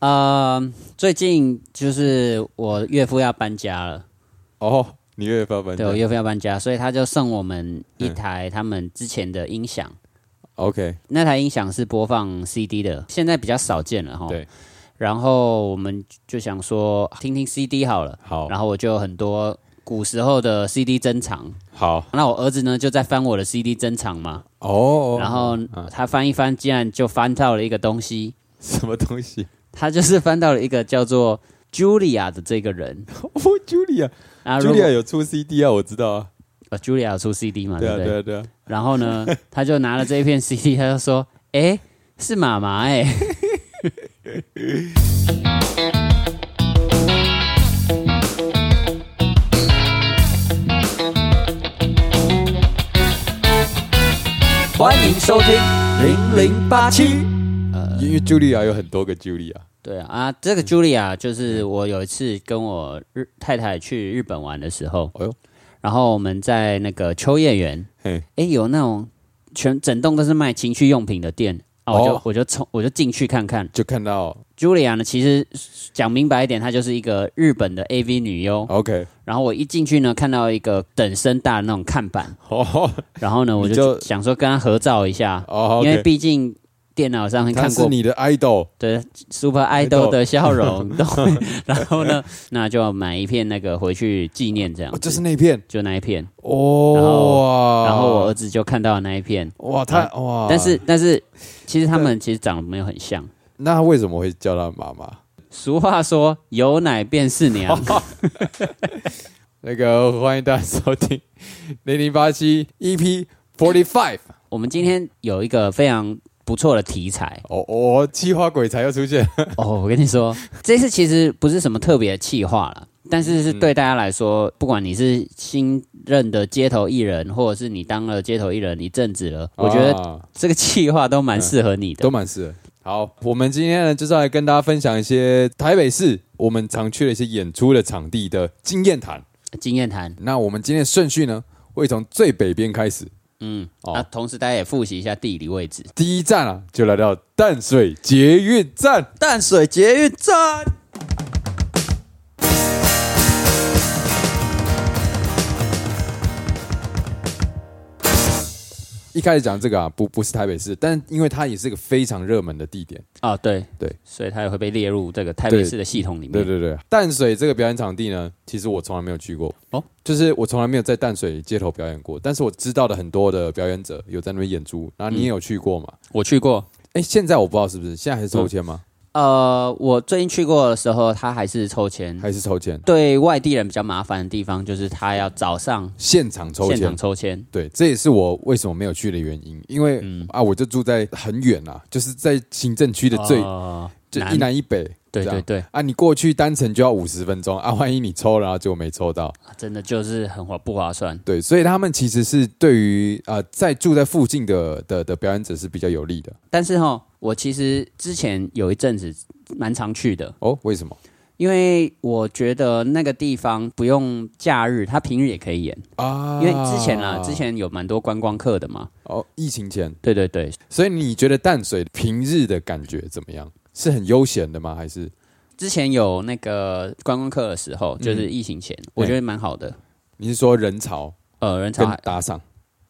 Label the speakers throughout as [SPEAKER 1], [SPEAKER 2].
[SPEAKER 1] 呃，最近就是我岳父要搬家了，
[SPEAKER 2] 哦，你岳父要搬
[SPEAKER 1] 对
[SPEAKER 2] 家
[SPEAKER 1] 我岳父要搬家，所以他就送我们一台他们之前的音响，
[SPEAKER 2] ？OK，
[SPEAKER 1] 那台音响是播放 CD 的，现在比较少见了哈。
[SPEAKER 2] 对。
[SPEAKER 1] 然后我们就想说听听 CD 好了，
[SPEAKER 2] 好，
[SPEAKER 1] 然后我就有很多古时候的 CD 珍藏，
[SPEAKER 2] 好，
[SPEAKER 1] 那我儿子呢就在翻我的 CD 珍藏嘛，
[SPEAKER 2] 哦，
[SPEAKER 1] 然后
[SPEAKER 2] 啊
[SPEAKER 1] 他翻一翻，竟然就翻到了一个东西，
[SPEAKER 2] 什么东西？
[SPEAKER 1] 他就是翻到了一个叫做 Julia 的这个人。
[SPEAKER 2] 哦，Julia，Julia
[SPEAKER 1] 啊，如果
[SPEAKER 2] 有出 CD 啊，我知道啊，
[SPEAKER 1] 呃 Julia 有出 CD 嘛，
[SPEAKER 2] 对
[SPEAKER 1] 对
[SPEAKER 2] 啊，
[SPEAKER 1] 不
[SPEAKER 2] 对啊，对啊，
[SPEAKER 1] 然后 呢，他就拿了这一片 CD，他就说：“哎，是妈妈哎、
[SPEAKER 2] 欢迎收听零零八七。因为 Julia 有很多个 Julia，
[SPEAKER 1] 对啊，啊，这个 Julia 就是我有一次跟我日太太去日本玩的时候，
[SPEAKER 2] 哎呦
[SPEAKER 1] 然后我们在那个秋叶原，
[SPEAKER 2] 嘿，
[SPEAKER 1] 哎，有那种全整栋都是卖情趣用品的店。啊、我就、
[SPEAKER 2] 哦
[SPEAKER 1] 我就冲我就进去看看
[SPEAKER 2] 就看到
[SPEAKER 1] Julia 呢，其实讲明白一点，她就是一个日本的 AV 女优。
[SPEAKER 2] OK，
[SPEAKER 1] 然后我一进去呢，看到一个等身大的那种看板，
[SPEAKER 2] 哦
[SPEAKER 1] 然后呢，我
[SPEAKER 2] 你
[SPEAKER 1] 就
[SPEAKER 2] 就
[SPEAKER 1] 想说跟她合照一下，
[SPEAKER 2] 哦
[SPEAKER 1] 因为
[SPEAKER 2] ，OK，
[SPEAKER 1] 毕竟电脑上
[SPEAKER 2] 他
[SPEAKER 1] 看
[SPEAKER 2] 是
[SPEAKER 1] 过
[SPEAKER 2] 你的 idol，
[SPEAKER 1] 对 Super Idol
[SPEAKER 2] Idol
[SPEAKER 1] 的笑 容，都会。然后呢，那就买一片那个回去纪念，这样
[SPEAKER 2] 哦
[SPEAKER 1] 子
[SPEAKER 2] 就是那片
[SPEAKER 1] 就那一片。然后
[SPEAKER 2] 哦，
[SPEAKER 1] 然后我儿子就看到了那一片，
[SPEAKER 2] 我哇，他哇，
[SPEAKER 1] 但是但是其实他们其实长得没有很像。
[SPEAKER 2] 那他为什么会叫他妈妈？
[SPEAKER 1] 俗话说“有奶便是娘
[SPEAKER 2] 哦那个欢迎大家收听 零零八七 EP Forty Five。”。
[SPEAKER 1] 我们今天有一个非常不错的题材
[SPEAKER 2] 哦哦，气化鬼才又出现。
[SPEAKER 1] 哦，我跟你 说，这次其实不是什么特别的企划了。但是
[SPEAKER 2] 嗯
[SPEAKER 1] 是对大家来说，不管你是新任的街头艺人，或者是你当了街头艺人一阵子了， 我觉得
[SPEAKER 2] 啊
[SPEAKER 1] 这个计划都蛮适合你的。
[SPEAKER 2] 都蛮适合。好，我们今天呢就是要来跟大家分享一些台北市我们常去的一些演出的场地的经验谈。
[SPEAKER 1] 经验谈，
[SPEAKER 2] 那我们今天的顺序呢会从最北边开始，
[SPEAKER 1] 嗯，
[SPEAKER 2] 哦
[SPEAKER 1] 啊，同时大家也复习一下地理位置。
[SPEAKER 2] 第一站啊就来到淡水捷运站。
[SPEAKER 1] 淡水捷运站，
[SPEAKER 2] 一开始讲这个啊不不是台北市，但因为它也是一个非常热门的地点。
[SPEAKER 1] 哦，对
[SPEAKER 2] 啊对，
[SPEAKER 1] 所以它也会被列入这个台北
[SPEAKER 2] 对
[SPEAKER 1] 市的系统里面。
[SPEAKER 2] 对对对，淡水这个表演场地呢，其实我从来没有去过
[SPEAKER 1] 哦
[SPEAKER 2] 哦，就是我从来没有在淡水街头表演过，但是我知道的很多的表演者有在那边演出，然
[SPEAKER 1] 嗯
[SPEAKER 2] 后你也有去过嘛？
[SPEAKER 1] 我去过，
[SPEAKER 2] 哎、现在我不知道是不是现在还是抽签吗？
[SPEAKER 1] 呃，我最近去过的时候，它还是抽签。
[SPEAKER 2] 还是抽签？
[SPEAKER 1] 对外地人比较麻烦的地方，就是他要早上
[SPEAKER 2] 现场抽
[SPEAKER 1] 现
[SPEAKER 2] 签
[SPEAKER 1] 场，抽签。
[SPEAKER 2] 对，这也是我为什么没有去的原因，因为、
[SPEAKER 1] 嗯
[SPEAKER 2] 啊，我就住在很远啊，就是在行政区的最、
[SPEAKER 1] 哦
[SPEAKER 2] 就
[SPEAKER 1] 难
[SPEAKER 2] 一南一北，
[SPEAKER 1] 对
[SPEAKER 2] 这样
[SPEAKER 1] 对对，
[SPEAKER 2] 啊，你过去单程就要五十分钟啊，万一你抽了然后结果没抽到，
[SPEAKER 1] 真的就是很划不划算。
[SPEAKER 2] 对，所以他们其实是对于呃在住在附近的的的表演者是比较有利的
[SPEAKER 1] 但是哈，我其实之前有一阵子蛮常去的，
[SPEAKER 2] 哦。为什么
[SPEAKER 1] 因为我觉得那个地方不用假日，他平日也可以演。
[SPEAKER 2] 啊
[SPEAKER 1] 因为之前啊，之前有蛮多观光客的嘛。
[SPEAKER 2] 哦疫情前，
[SPEAKER 1] 对对对，
[SPEAKER 2] 所以你觉得淡水平日的感觉怎么样？是很悠闲的吗？还是
[SPEAKER 1] 之前有那个观光客的时候，就是
[SPEAKER 2] 嗯
[SPEAKER 1] 疫情前，我觉得蛮好的，
[SPEAKER 2] 你是说人潮
[SPEAKER 1] 呃，人潮
[SPEAKER 2] 跟
[SPEAKER 1] 还
[SPEAKER 2] 搭上？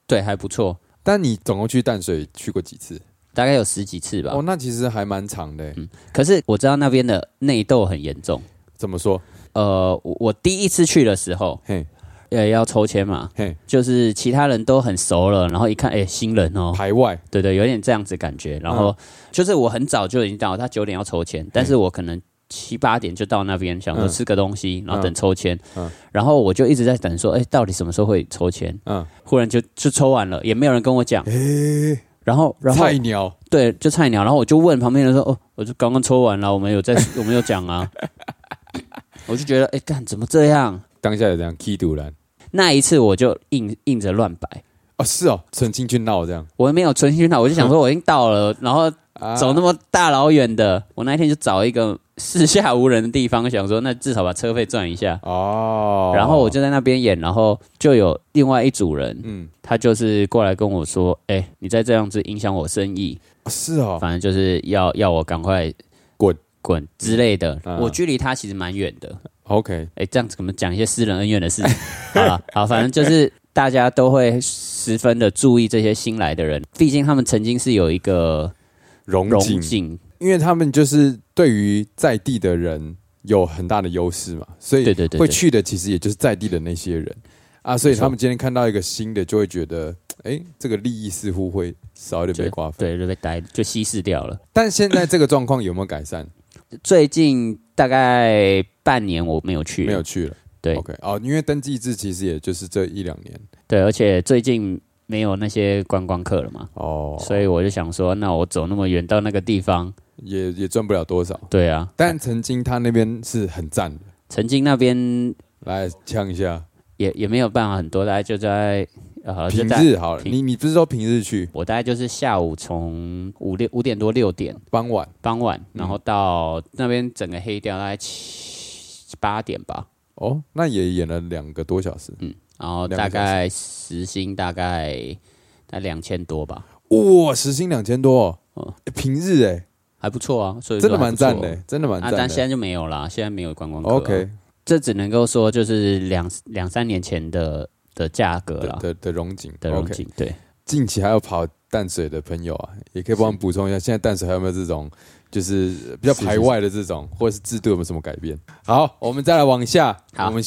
[SPEAKER 1] 对还不错，
[SPEAKER 2] 但你总共去淡水去过几次？
[SPEAKER 1] 大概有十几次吧
[SPEAKER 2] 哦，。那其实还蛮长的欸。
[SPEAKER 1] 可是我知道那边的内斗很严重。
[SPEAKER 2] 怎么说？
[SPEAKER 1] 呃，我我第一次去的时候，
[SPEAKER 2] 嘿，
[SPEAKER 1] 呃，要抽签嘛，
[SPEAKER 2] 嘿，
[SPEAKER 1] 就是其他人都很熟了，然后一看，哎，新人哦，
[SPEAKER 2] 排外
[SPEAKER 1] 对对，有点这样子感觉。然
[SPEAKER 2] 嗯
[SPEAKER 1] 后、就是我很早就已经到，他九点要抽签，但是我可能七八点就到那边，想说
[SPEAKER 2] 嗯
[SPEAKER 1] 吃个东西，然后等抽签。
[SPEAKER 2] 嗯
[SPEAKER 1] 然后我就一直在等，说，哎，到底什么时候会抽签？
[SPEAKER 2] 嗯
[SPEAKER 1] 忽然就就抽完了，也没有人跟我讲。然后，然后
[SPEAKER 2] 菜鸟
[SPEAKER 1] 对，就菜鸟。然后我就问旁边人说：“哦，我就刚刚抽完了，我们有在，我们有讲啊。”我就觉得，哎，干怎么这样？
[SPEAKER 2] 当下也这样 key 堵然
[SPEAKER 1] 那一次我就硬硬着乱摆，
[SPEAKER 2] 哦，是哦，曾经去闹这样，
[SPEAKER 1] 我没有存心去闹，我就想说我已经到了，然后
[SPEAKER 2] 啊
[SPEAKER 1] 走那么大老远的，我那一天就找一个四下无人的地方，想说那至少把车费赚一下。
[SPEAKER 2] 哦，
[SPEAKER 1] 然后我就在那边演，然后就有另外一组人，
[SPEAKER 2] 嗯，
[SPEAKER 1] 他就是过来跟我说：“哎、你再这样子影响我生意，
[SPEAKER 2] 哦是哦，
[SPEAKER 1] 反正就是要要我赶快
[SPEAKER 2] 滚。”
[SPEAKER 1] 滚之类的，
[SPEAKER 2] 嗯
[SPEAKER 1] 我距离他其实蛮远的。
[SPEAKER 2] OK，
[SPEAKER 1] 哎，这样子怎么讲一些私人恩怨的事情？ 好了，好，反正就是大家都会十分的注意这些新来的人，毕竟他们曾经是有一个
[SPEAKER 2] 融
[SPEAKER 1] 荣
[SPEAKER 2] 景，
[SPEAKER 1] 景，
[SPEAKER 2] 因为他们就是对于在地的人有很大的优势嘛，所以
[SPEAKER 1] 对对对对
[SPEAKER 2] 会去的其实也就是在地的那些人啊，所以
[SPEAKER 1] 没错
[SPEAKER 2] 他们今天看到一个新的，就会觉得，哎、这个利益似乎会少一点被瓜分。
[SPEAKER 1] 对，就被呆，就稀释掉了。
[SPEAKER 2] 但现在这个状况有没有改善？
[SPEAKER 1] 最近大概半年我 没有去，
[SPEAKER 2] 没有去了。
[SPEAKER 1] 对
[SPEAKER 2] ，OK，哦，因为登记制其实也就是这一两年
[SPEAKER 1] 对，而且最近没有那些观光客了嘛，
[SPEAKER 2] 哦，
[SPEAKER 1] 所以我就想说，那我走那么远到那个地方，
[SPEAKER 2] 也也赚不了多少。
[SPEAKER 1] 对啊，
[SPEAKER 2] 但曾经他那边是很赞的，
[SPEAKER 1] 曾经那边
[SPEAKER 2] 来呛一下。
[SPEAKER 1] 也也没有办法很多，大概就在呃就
[SPEAKER 2] 平
[SPEAKER 1] 在
[SPEAKER 2] 日好了，
[SPEAKER 1] 平
[SPEAKER 2] 你你不是说平日去
[SPEAKER 1] 我大概就是下午从五六五点多六点
[SPEAKER 2] 傍晚？
[SPEAKER 1] 傍晚，然
[SPEAKER 2] 嗯
[SPEAKER 1] 后到那边整个黑掉大概七八点吧，
[SPEAKER 2] 哦，那也演了两个多小时，
[SPEAKER 1] 然后
[SPEAKER 2] 两个小
[SPEAKER 1] 大
[SPEAKER 2] 时
[SPEAKER 1] 概时薪大概大概两千多吧，
[SPEAKER 2] 哇，时薪两千多哦
[SPEAKER 1] 哦，
[SPEAKER 2] 欸平日哎，
[SPEAKER 1] 还不错啊，所以说
[SPEAKER 2] 真的
[SPEAKER 1] 还
[SPEAKER 2] 蛮
[SPEAKER 1] 不错
[SPEAKER 2] 赞的，真的蛮
[SPEAKER 1] 啊，
[SPEAKER 2] 赞
[SPEAKER 1] 但现
[SPEAKER 2] 的。
[SPEAKER 1] 在就没有啦，现在没有观光客啊、
[SPEAKER 2] OK
[SPEAKER 1] 这只能够说就是两两三年前的的价格
[SPEAKER 2] 的
[SPEAKER 1] 了
[SPEAKER 2] 的的荣景
[SPEAKER 1] 的容
[SPEAKER 2] ，OK。
[SPEAKER 1] 景，对，
[SPEAKER 2] 近期还有跑淡水的朋友啊，也可以帮我们补充一下，现在淡水还有没有这种就是比较
[SPEAKER 1] 是是
[SPEAKER 2] 排外的这种，或者是制度有没有什么改变？好，我们再来往下，
[SPEAKER 1] 好
[SPEAKER 2] 我们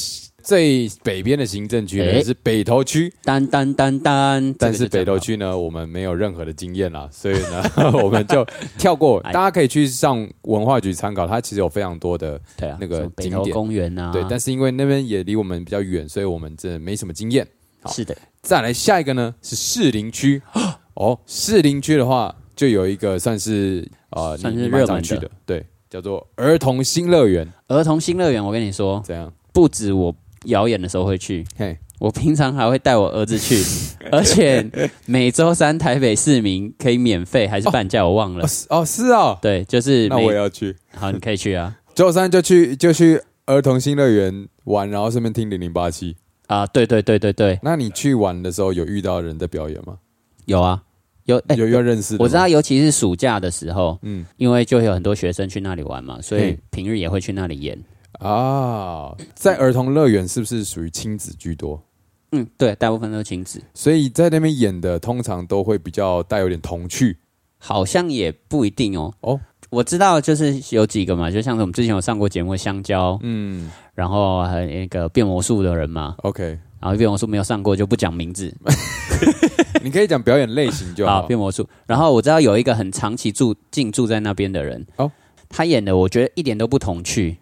[SPEAKER 2] 最北边的行政区呢
[SPEAKER 1] 哎
[SPEAKER 2] 是北投区，
[SPEAKER 1] 单单单单，
[SPEAKER 2] 但是
[SPEAKER 1] 这个
[SPEAKER 2] 北
[SPEAKER 1] 就
[SPEAKER 2] 投
[SPEAKER 1] 讲
[SPEAKER 2] 区呢，我们没有任何的经验啦，所以呢， 我们 就跳过。
[SPEAKER 1] 哎
[SPEAKER 2] 大家可以去上文化局参考，它其实有非常多的
[SPEAKER 1] 到对啊，
[SPEAKER 2] 那个
[SPEAKER 1] 什么北
[SPEAKER 2] 景
[SPEAKER 1] 投
[SPEAKER 2] 点
[SPEAKER 1] 公园啊，
[SPEAKER 2] 对，但是因为那边也离我们比较远，所以我们真的没什么经验。好
[SPEAKER 1] 是的，
[SPEAKER 2] 再来下一个呢是士林区， 哦，士林区的话就有一个算是呃，
[SPEAKER 1] 算
[SPEAKER 2] 你
[SPEAKER 1] 是
[SPEAKER 2] 你蛮
[SPEAKER 1] 热
[SPEAKER 2] 常
[SPEAKER 1] 门
[SPEAKER 2] 去
[SPEAKER 1] 的
[SPEAKER 2] 的，对，叫做儿童新乐园，
[SPEAKER 1] 儿童新乐园，我跟你说，
[SPEAKER 2] 怎样？
[SPEAKER 1] 不止我表演的时候会去，
[SPEAKER 2] 嘿，
[SPEAKER 1] 我平常还会带我儿子 去，而且每周三台北市民可以免费还是半价，我忘了
[SPEAKER 2] 哦，是哦是哦，
[SPEAKER 1] 对，就是
[SPEAKER 2] 那我也
[SPEAKER 1] 每
[SPEAKER 2] 要去，
[SPEAKER 1] 好，你可以去啊。
[SPEAKER 2] 周三就去就去儿童新乐园玩，然后顺便听零零八七。
[SPEAKER 1] 啊，对对对对对，
[SPEAKER 2] 那你去玩的时候有遇到人在表演吗？
[SPEAKER 1] 有啊，有哎、
[SPEAKER 2] 有要认识的吗？
[SPEAKER 1] 我知道，尤其是暑假的时候，
[SPEAKER 2] 嗯
[SPEAKER 1] 嗯，因为就会有很多学生去那里玩嘛，所以
[SPEAKER 2] 嗯
[SPEAKER 1] 平日也会去那里演。
[SPEAKER 2] 啊，在儿童乐园是不是属于亲子居多？
[SPEAKER 1] 嗯，对，大部分都是亲子，
[SPEAKER 2] 所以在那边演的通常都会比较带有点童趣
[SPEAKER 1] 好像也不一定哦。
[SPEAKER 2] 哦
[SPEAKER 1] 哦，我知道，就是有几个嘛，就像是我们之前有上过节目的香蕉，
[SPEAKER 2] 嗯
[SPEAKER 1] 然后还有那个变魔术的人嘛，
[SPEAKER 2] ，OK，
[SPEAKER 1] 然后变魔术没有上过就不讲名字，
[SPEAKER 2] 你可以讲表演类型就
[SPEAKER 1] 好，
[SPEAKER 2] 好。
[SPEAKER 1] 变魔术。然后我知道有一个很长期住进驻在那边的人，
[SPEAKER 2] 哦
[SPEAKER 1] 哦，他演的我觉得一点都不童趣。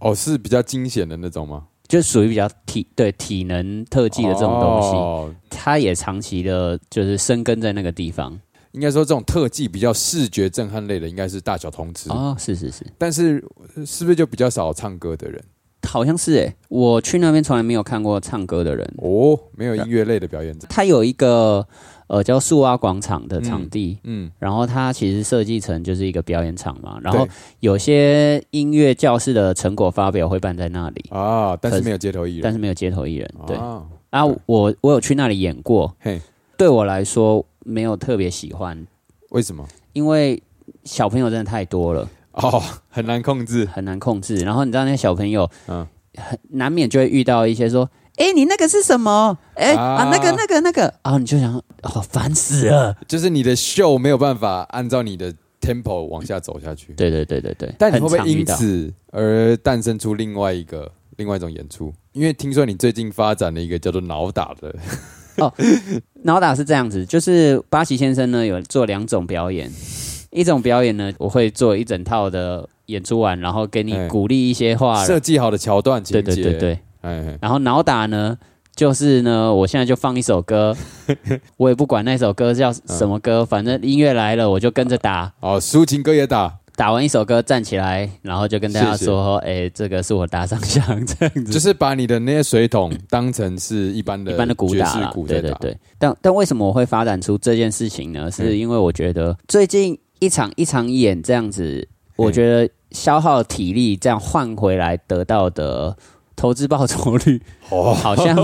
[SPEAKER 2] 哦，是比较惊险的那种吗？
[SPEAKER 1] 就属于比较体对体能特技的这种东西，
[SPEAKER 2] 哦、
[SPEAKER 1] 他也长期的，就是生根在那个地方。
[SPEAKER 2] 应该说这种特技比较视觉震撼类的，应该是大小通吃。
[SPEAKER 1] 哦，是是是，
[SPEAKER 2] 但是呃是不是就比较少唱歌的人？
[SPEAKER 1] 好像是诶，我去那边从来没有看过唱歌的人。
[SPEAKER 2] 哦，没有音乐类的表演者。
[SPEAKER 1] 它有一个呃叫树蛙广场的场地，
[SPEAKER 2] 嗯，
[SPEAKER 1] 然后它其实设计成就是一个表演场嘛，然后
[SPEAKER 2] 对
[SPEAKER 1] 有些音乐教室的成果发表会办在那里，
[SPEAKER 2] 啊，但是
[SPEAKER 1] 可是
[SPEAKER 2] 没有街头艺人。
[SPEAKER 1] 但是没有街头艺人。对，
[SPEAKER 2] 啊，
[SPEAKER 1] 啊，我我有去那里演过，
[SPEAKER 2] 嘿，
[SPEAKER 1] 对我来说没有特别喜欢，
[SPEAKER 2] 为什么？
[SPEAKER 1] 因为小朋友真的太多了。
[SPEAKER 2] 哦，很难控制。
[SPEAKER 1] 很难控制。然后你知道那些小朋友，
[SPEAKER 2] 嗯
[SPEAKER 1] 嗯，很难免就会遇到一些说。哎、你那个是什么？哎、
[SPEAKER 2] 啊
[SPEAKER 1] 啊那个、那个、那个啊，你就想，哦，烦死了。
[SPEAKER 2] 就是你的秀没有办法按照你的 tempo 往下走下去。
[SPEAKER 1] 对对对对对。
[SPEAKER 2] 但你会不
[SPEAKER 1] 很
[SPEAKER 2] 会
[SPEAKER 1] 常遇
[SPEAKER 2] 因
[SPEAKER 1] 到
[SPEAKER 2] 此而诞生出另外一个另外一种演出？因为听说你最近发展了一个叫做脑打的，
[SPEAKER 1] 脑打是这样子？就是巴西先生呢有做两种表演，一种表演呢，我会做一整套的演出完，然后给你
[SPEAKER 2] 哎
[SPEAKER 1] 鼓励一些话，
[SPEAKER 2] 设计好的桥段情
[SPEAKER 1] 对
[SPEAKER 2] 节。
[SPEAKER 1] 啊对对对。
[SPEAKER 2] 哎，哎，
[SPEAKER 1] 然后脑打呢，就是呢，我现在就放一首 歌，我也不管那首歌叫什么
[SPEAKER 2] 嗯
[SPEAKER 1] 歌，反正音乐来了我就跟着打。
[SPEAKER 2] 哦，抒情歌也打，
[SPEAKER 1] 打完一首歌站起来，然后就跟大家说：“哎、这个是我打上香这样子。”
[SPEAKER 2] 就是把你的那些水桶当成是一般的
[SPEAKER 1] 嗯一般的鼓
[SPEAKER 2] 呃爵
[SPEAKER 1] 打
[SPEAKER 2] 士
[SPEAKER 1] 啦
[SPEAKER 2] 鼓在
[SPEAKER 1] 对对
[SPEAKER 2] 打。
[SPEAKER 1] 对。但但为什么我会发展出这件事情呢？是因为我觉得最近一场一场演这样子，我觉得消耗体力这样换回来得到的投资报酬率，
[SPEAKER 2] 哦
[SPEAKER 1] 好像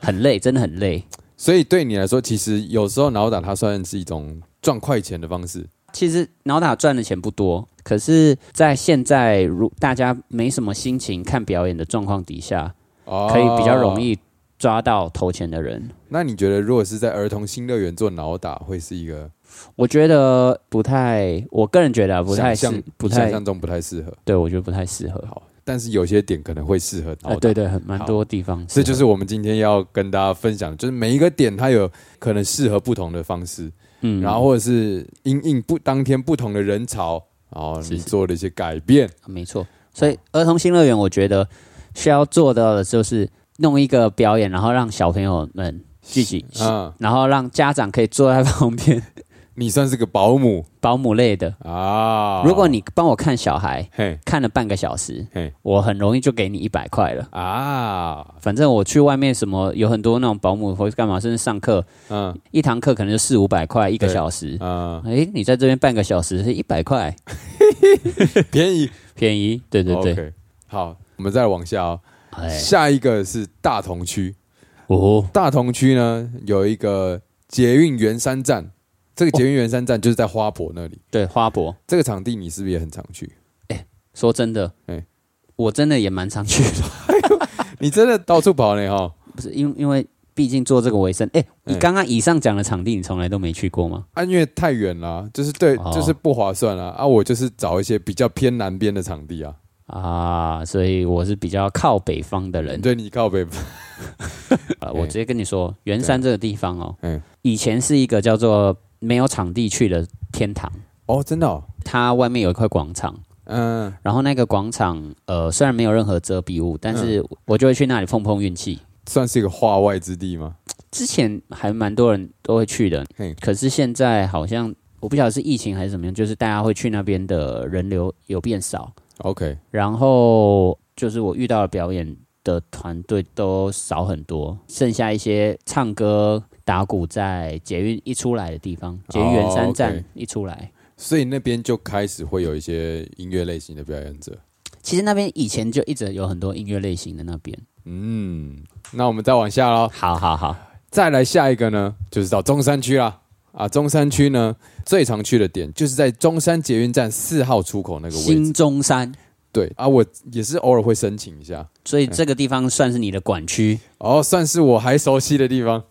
[SPEAKER 1] 很累，真的很累。
[SPEAKER 2] 所以对你来说，其实有时候脑打它算是一种赚快钱的方式。
[SPEAKER 1] 其实脑打赚的钱不多，可是，在现在如大家没什么心情看表演的状况底下，
[SPEAKER 2] 哦
[SPEAKER 1] 可以比较容。易抓到投钱的人。
[SPEAKER 2] 那你觉得，如果是在儿童新乐园做脑打，会是一个
[SPEAKER 1] 我觉得不太，我个人觉得啊不太
[SPEAKER 2] 想
[SPEAKER 1] 适
[SPEAKER 2] 象，
[SPEAKER 1] 不
[SPEAKER 2] 想
[SPEAKER 1] 太
[SPEAKER 2] 象中不太适合？
[SPEAKER 1] 对，我觉得不太适合。
[SPEAKER 2] 好，但是有些点可能会适合脑打。
[SPEAKER 1] 啊，对对，很蛮
[SPEAKER 2] 哦好
[SPEAKER 1] 多地方适合，
[SPEAKER 2] 这就是我们今天要跟大家分享的，就是每一个点它有可能适合不同的方式，
[SPEAKER 1] 嗯，
[SPEAKER 2] 然后或者是因应不当天不同的人潮，然后
[SPEAKER 1] 是
[SPEAKER 2] 你
[SPEAKER 1] 是
[SPEAKER 2] 做了一些改变。
[SPEAKER 1] 啊没错。所以儿童新乐园，我觉得需要做到的就是弄一个表演，然后让小朋友们聚集，
[SPEAKER 2] 嗯，
[SPEAKER 1] 然后让家长可以坐在旁边，
[SPEAKER 2] 你算是个保姆
[SPEAKER 1] 保姆类的。
[SPEAKER 2] 啊。
[SPEAKER 1] 如果你帮我看小孩
[SPEAKER 2] 嘿
[SPEAKER 1] 看了半个小时
[SPEAKER 2] 嘿，
[SPEAKER 1] 我很容易就给你一百块了。
[SPEAKER 2] 啊，
[SPEAKER 1] 反正我去外面什么有很多那种保姆或是干嘛，甚至上课
[SPEAKER 2] 嗯
[SPEAKER 1] 一堂课可能就四五百块一个小时。
[SPEAKER 2] 嗯，
[SPEAKER 1] 哎、你在这边半个小时是一百块，
[SPEAKER 2] 便宜，
[SPEAKER 1] 便宜。对对对，
[SPEAKER 2] OK，好，我们再往下哦。
[SPEAKER 1] 哎、
[SPEAKER 2] 下一个是大同区，
[SPEAKER 1] 哦，
[SPEAKER 2] 大同区呢有一个捷运圆山站，这个捷运圆山站就是在花博那里。
[SPEAKER 1] 对，花博。
[SPEAKER 2] 这个场地你是不是也很常去？
[SPEAKER 1] 说真的，
[SPEAKER 2] 哎
[SPEAKER 1] 我真的也蛮常去的。
[SPEAKER 2] 你真的到处跑呢哈？
[SPEAKER 1] 不是因因为毕竟做这个为生。哎、你
[SPEAKER 2] 嗯
[SPEAKER 1] 刚刚以上讲的场地，你从来都没去过吗？
[SPEAKER 2] 啊，因为太远了、就是对，
[SPEAKER 1] 哦
[SPEAKER 2] 就是不划算啊。啊，我就是找一些比较偏南边的场地啊。
[SPEAKER 1] 啊，所以我是比较靠北方的人。
[SPEAKER 2] 对你靠北，
[SPEAKER 1] 啊我直接跟你说，圆山这个地方哦，
[SPEAKER 2] 嗯
[SPEAKER 1] 以前是一个叫做没有场地去的天堂，
[SPEAKER 2] 哦，真的、哦，
[SPEAKER 1] 它外面有一块广场。
[SPEAKER 2] 嗯，
[SPEAKER 1] 然后那个广场，呃，虽然没有任何遮蔽物，但是我就会去那里碰碰运气。
[SPEAKER 2] 算是一个化外之地吗？
[SPEAKER 1] 之前还蛮多人都会去的
[SPEAKER 2] 嘿，
[SPEAKER 1] 可是现在好像我不晓得是疫情还是怎么样，就是大家会去那边的人流有变少，
[SPEAKER 2] OK，
[SPEAKER 1] 然后就是我遇到的表演的团队都少很多，剩下一些唱歌打鼓在捷运一出来的地方，捷运圆山
[SPEAKER 2] 哦，OK
[SPEAKER 1] 站一出来。
[SPEAKER 2] 所以那边就开始会有一些音乐类型的表演者。
[SPEAKER 1] 其实那边以前就一直有很多音乐类型的那边，
[SPEAKER 2] 嗯，那我们再往下喽，
[SPEAKER 1] 好好好，
[SPEAKER 2] 再来下一个呢，就是到中山区啦。啊，中山区呢最常去的点就是在中山捷运站四号出口那个位置。
[SPEAKER 1] 新中山，
[SPEAKER 2] 对啊，我也是偶尔会申请一下。
[SPEAKER 1] 所以这个地方算是你的管区，
[SPEAKER 2] 哦，算是我还熟悉的地方。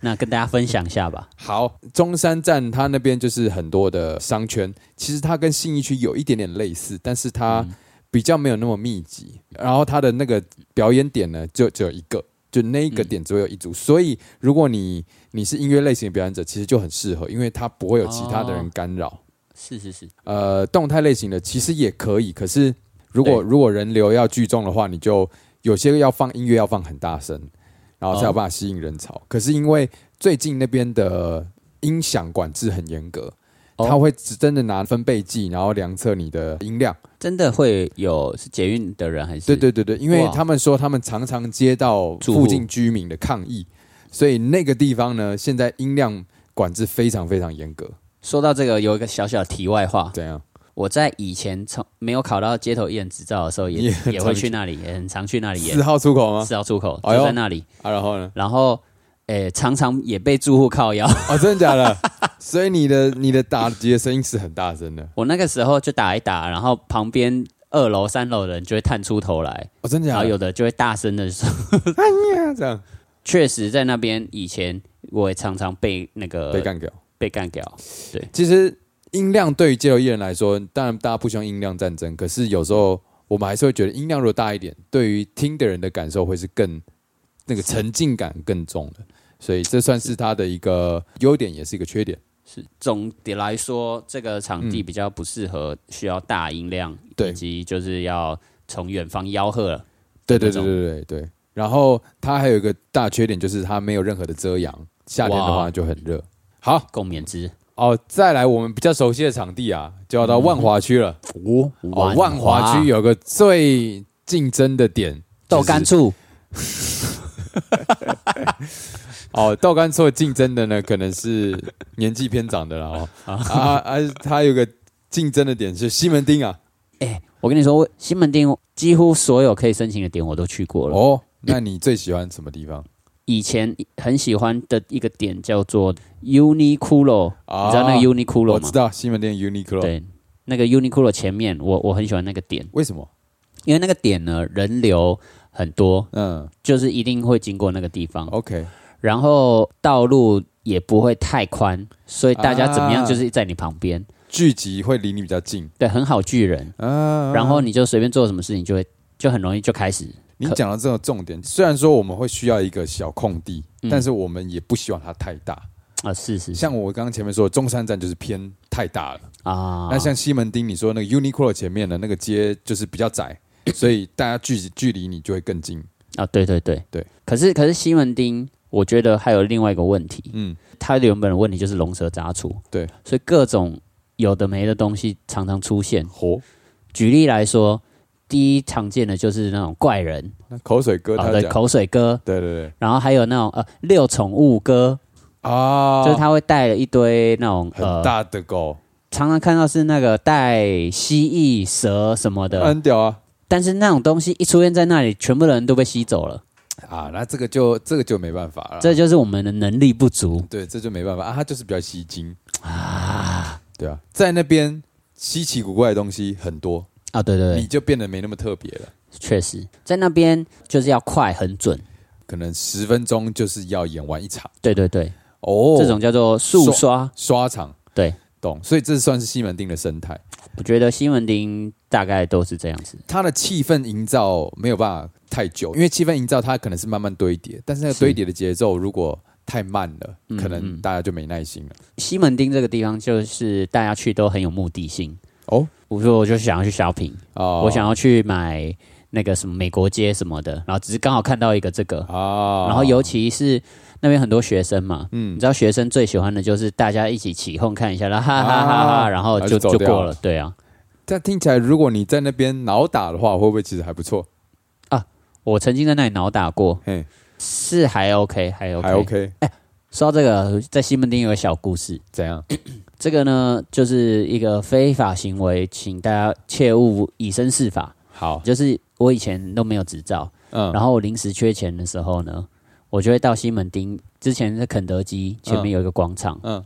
[SPEAKER 1] 那跟大家分享一下吧。
[SPEAKER 2] 好，中山站它那边就是很多的商圈，其实它跟信义区有一点点类似，但是它比较没有那么密集。然后它的那个表演点呢，就只有一个，就那一个点只会有一组。所以如果你你是音乐类型的表演者，其实就很适合，因为它不会有其他的人干扰。
[SPEAKER 1] 是是是，
[SPEAKER 2] 呃，动态类型的其实也可以，可是如果
[SPEAKER 1] 对
[SPEAKER 2] 如果人流要聚众的话，你就有些要放音乐要放很大声，然后才有
[SPEAKER 1] 哦
[SPEAKER 2] 办法吸引人潮。可是因为最近那边的音响管制很严格，
[SPEAKER 1] 哦
[SPEAKER 2] 他会只真的拿分贝计，然后量测你的音量。
[SPEAKER 1] 真的会有是捷运的人还是？
[SPEAKER 2] 对对对对，因为
[SPEAKER 1] 哇
[SPEAKER 2] 他们说他们常常接到
[SPEAKER 1] 住户
[SPEAKER 2] 附近居民的抗议，所以那个地方呢，现在音量管制非常非常严格。
[SPEAKER 1] 说到这个，有一个小小的题外话，
[SPEAKER 2] 怎样？
[SPEAKER 1] 我在以前从没有考到街头艺人执照的时候也，
[SPEAKER 2] 你也
[SPEAKER 1] 也
[SPEAKER 2] 很
[SPEAKER 1] 会
[SPEAKER 2] 常
[SPEAKER 1] 去
[SPEAKER 2] 去
[SPEAKER 1] 那里，也很常去那里
[SPEAKER 2] 四
[SPEAKER 1] 演
[SPEAKER 2] 号出口吗？
[SPEAKER 1] 四号出口，
[SPEAKER 2] 哎呦
[SPEAKER 1] 就在那里。
[SPEAKER 2] 啊，然后呢？
[SPEAKER 1] 然后，诶、常常也被住户靠腰。
[SPEAKER 2] 哦，真的假的？所以你的你的打击的声音是很大声的
[SPEAKER 1] 我那个时候就打一打，然后旁边二楼、三楼的人就会探出头来，
[SPEAKER 2] 哦，真的
[SPEAKER 1] 然
[SPEAKER 2] 假
[SPEAKER 1] 后
[SPEAKER 2] 的？
[SPEAKER 1] 有的就会大声的说。
[SPEAKER 2] 这样
[SPEAKER 1] 确实，在那边以前我也常常被那个
[SPEAKER 2] 被干掉。
[SPEAKER 1] 被干掉。
[SPEAKER 2] 其实音量对于街头艺人来说，当然大家不希望音量战争，可是有时候我们还是会觉得音量如果大一点，对于听的人的感受会是更那个沉浸感更重的。所以这算是他的一个优点，也是一个缺点。
[SPEAKER 1] 总的来说，这个场地比较不适合需要大音量，
[SPEAKER 2] 嗯对
[SPEAKER 1] 以及就是要从远方吆喝了。
[SPEAKER 2] 对对对
[SPEAKER 1] 那种
[SPEAKER 2] 对对对。然后它还有一个大缺点就是它没有任何的遮阳，夏天的话
[SPEAKER 1] 哇
[SPEAKER 2] 就很热。好，
[SPEAKER 1] 共勉之。
[SPEAKER 2] 哦，再来我们比较熟悉的场地啊，就要到万华区了。
[SPEAKER 1] 哦，
[SPEAKER 2] 哦，万华区有个最竞争的点，
[SPEAKER 1] 豆干醋，
[SPEAKER 2] 哦，豆干错竞争的呢，可能是年纪偏长的了哦。啊啊，它有个竞争的点是西门町啊。
[SPEAKER 1] 我跟你说，西门町几乎所有可以申请的点我都去过了。
[SPEAKER 2] 哦，那你最喜欢什么地方？
[SPEAKER 1] 以前很喜欢的一个点叫做 Uniqlo，、
[SPEAKER 2] 啊
[SPEAKER 1] 你知道那个
[SPEAKER 2] 我
[SPEAKER 1] Uniqlo 吗
[SPEAKER 2] 知？道西门町 Uniqlo。
[SPEAKER 1] 对，那个 Uniqlo 前面，我我很喜欢那个点，
[SPEAKER 2] 为什么？
[SPEAKER 1] 因为那个点呢人流很多，
[SPEAKER 2] 嗯
[SPEAKER 1] 就是一定会经过那个地方，
[SPEAKER 2] ，OK，
[SPEAKER 1] 然后道路也不会太宽，所以大家怎么样
[SPEAKER 2] 啊
[SPEAKER 1] 就是在你旁边，
[SPEAKER 2] 聚集会离你比较近。
[SPEAKER 1] 对，很好聚人，
[SPEAKER 2] 啊，
[SPEAKER 1] 然后你就随便做什么事情就会就很容易就开始，
[SPEAKER 2] 你讲到这个重点，虽然说我们会需要一个小空地，
[SPEAKER 1] 嗯
[SPEAKER 2] 但是我们也不希望它太大。
[SPEAKER 1] 啊，是是是
[SPEAKER 2] 像我刚刚前面说，中山站就是偏太大了。
[SPEAKER 1] 啊，
[SPEAKER 2] 那像西门町，你说那个 Uniqlo 前面的那个街就是比 较窄，所以大家距距离你就会更近。
[SPEAKER 1] 啊，对对对
[SPEAKER 2] 对，
[SPEAKER 1] 可是可是西门町，我觉得还有另外一个问题，
[SPEAKER 2] 嗯，
[SPEAKER 1] 它的原本的问题就是龙蛇杂处，
[SPEAKER 2] 对，
[SPEAKER 1] 所以各种有的没的东西常常出现。
[SPEAKER 2] 活
[SPEAKER 1] 举例来说，第一常见的就是那种怪人
[SPEAKER 2] 那口水歌
[SPEAKER 1] 啊
[SPEAKER 2] 他
[SPEAKER 1] 的
[SPEAKER 2] 讲，
[SPEAKER 1] 口水歌，
[SPEAKER 2] 对对对
[SPEAKER 1] 然后还有那种呃遛宠物歌，
[SPEAKER 2] 啊，
[SPEAKER 1] 就是他会带了一堆那种
[SPEAKER 2] 很
[SPEAKER 1] 呃，
[SPEAKER 2] 大的狗，
[SPEAKER 1] 常常看到是那个带蜥蜴、蛇什么的，
[SPEAKER 2] 很屌啊
[SPEAKER 1] 但是那种东西一出现在那里，全部的人都被吸走了，
[SPEAKER 2] 啊！那这个就这个就没办法了，
[SPEAKER 1] 这就是我们的能力不足。
[SPEAKER 2] 对这就没办法啊，他就是比较吸睛啊，对啊，在那边稀奇古怪的东西很多，
[SPEAKER 1] 啊，对对
[SPEAKER 2] 你
[SPEAKER 1] 对，
[SPEAKER 2] 就变得没那么特别了。
[SPEAKER 1] 确实，在那边就是要快很准，
[SPEAKER 2] 可能十分钟就是要演完一场
[SPEAKER 1] 对对对，
[SPEAKER 2] 哦，
[SPEAKER 1] 这种叫做速
[SPEAKER 2] 刷
[SPEAKER 1] 刷。
[SPEAKER 2] 刷场，
[SPEAKER 1] 对，
[SPEAKER 2] 懂。所以这算是西门町的生态。
[SPEAKER 1] 我觉得西门町大概都是这样子，
[SPEAKER 2] 它的气氛营造没有办法太久，因为气氛营造它可能是慢慢堆叠，但是那个
[SPEAKER 1] 是
[SPEAKER 2] 堆叠的节奏如果太慢了，
[SPEAKER 1] 嗯
[SPEAKER 2] 可能
[SPEAKER 1] 嗯
[SPEAKER 2] 大家就没耐心了。
[SPEAKER 1] 西门町这个地方就是大家去都很有目的性。
[SPEAKER 2] 哦
[SPEAKER 1] 我说我就想要去 shopping，、
[SPEAKER 2] 哦
[SPEAKER 1] 我想要去买那个什么美国街什么的，然后只是刚好看到一个这个，
[SPEAKER 2] 啊
[SPEAKER 1] 然后尤其是那边很多学生嘛，
[SPEAKER 2] 嗯
[SPEAKER 1] 你知道学生最喜欢的就是大家一起起哄看一下，然后哈哈哈哈，
[SPEAKER 2] 啊
[SPEAKER 1] 然后
[SPEAKER 2] 然后
[SPEAKER 1] 就
[SPEAKER 2] 就走
[SPEAKER 1] 就
[SPEAKER 2] 掉
[SPEAKER 1] 过
[SPEAKER 2] 了
[SPEAKER 1] 了，对啊，
[SPEAKER 2] 但听起来，如果你在那边脑打的话，会不会其实还不错？
[SPEAKER 1] 我曾经在那里挠打过，
[SPEAKER 2] 嘿，
[SPEAKER 1] 是还 OK，还 OK，
[SPEAKER 2] 还 OK，
[SPEAKER 1] 说到这个，在西门町有个小故事，
[SPEAKER 2] 怎样？
[SPEAKER 1] 这个呢就是一个非法行为，请大家切勿以身试法。
[SPEAKER 2] 好，
[SPEAKER 1] 就是我以前都没有执照，
[SPEAKER 2] 嗯，
[SPEAKER 1] 然后我临时缺钱的时候呢，我就会到西门町，之前在肯德基前面有一个广场，
[SPEAKER 2] 嗯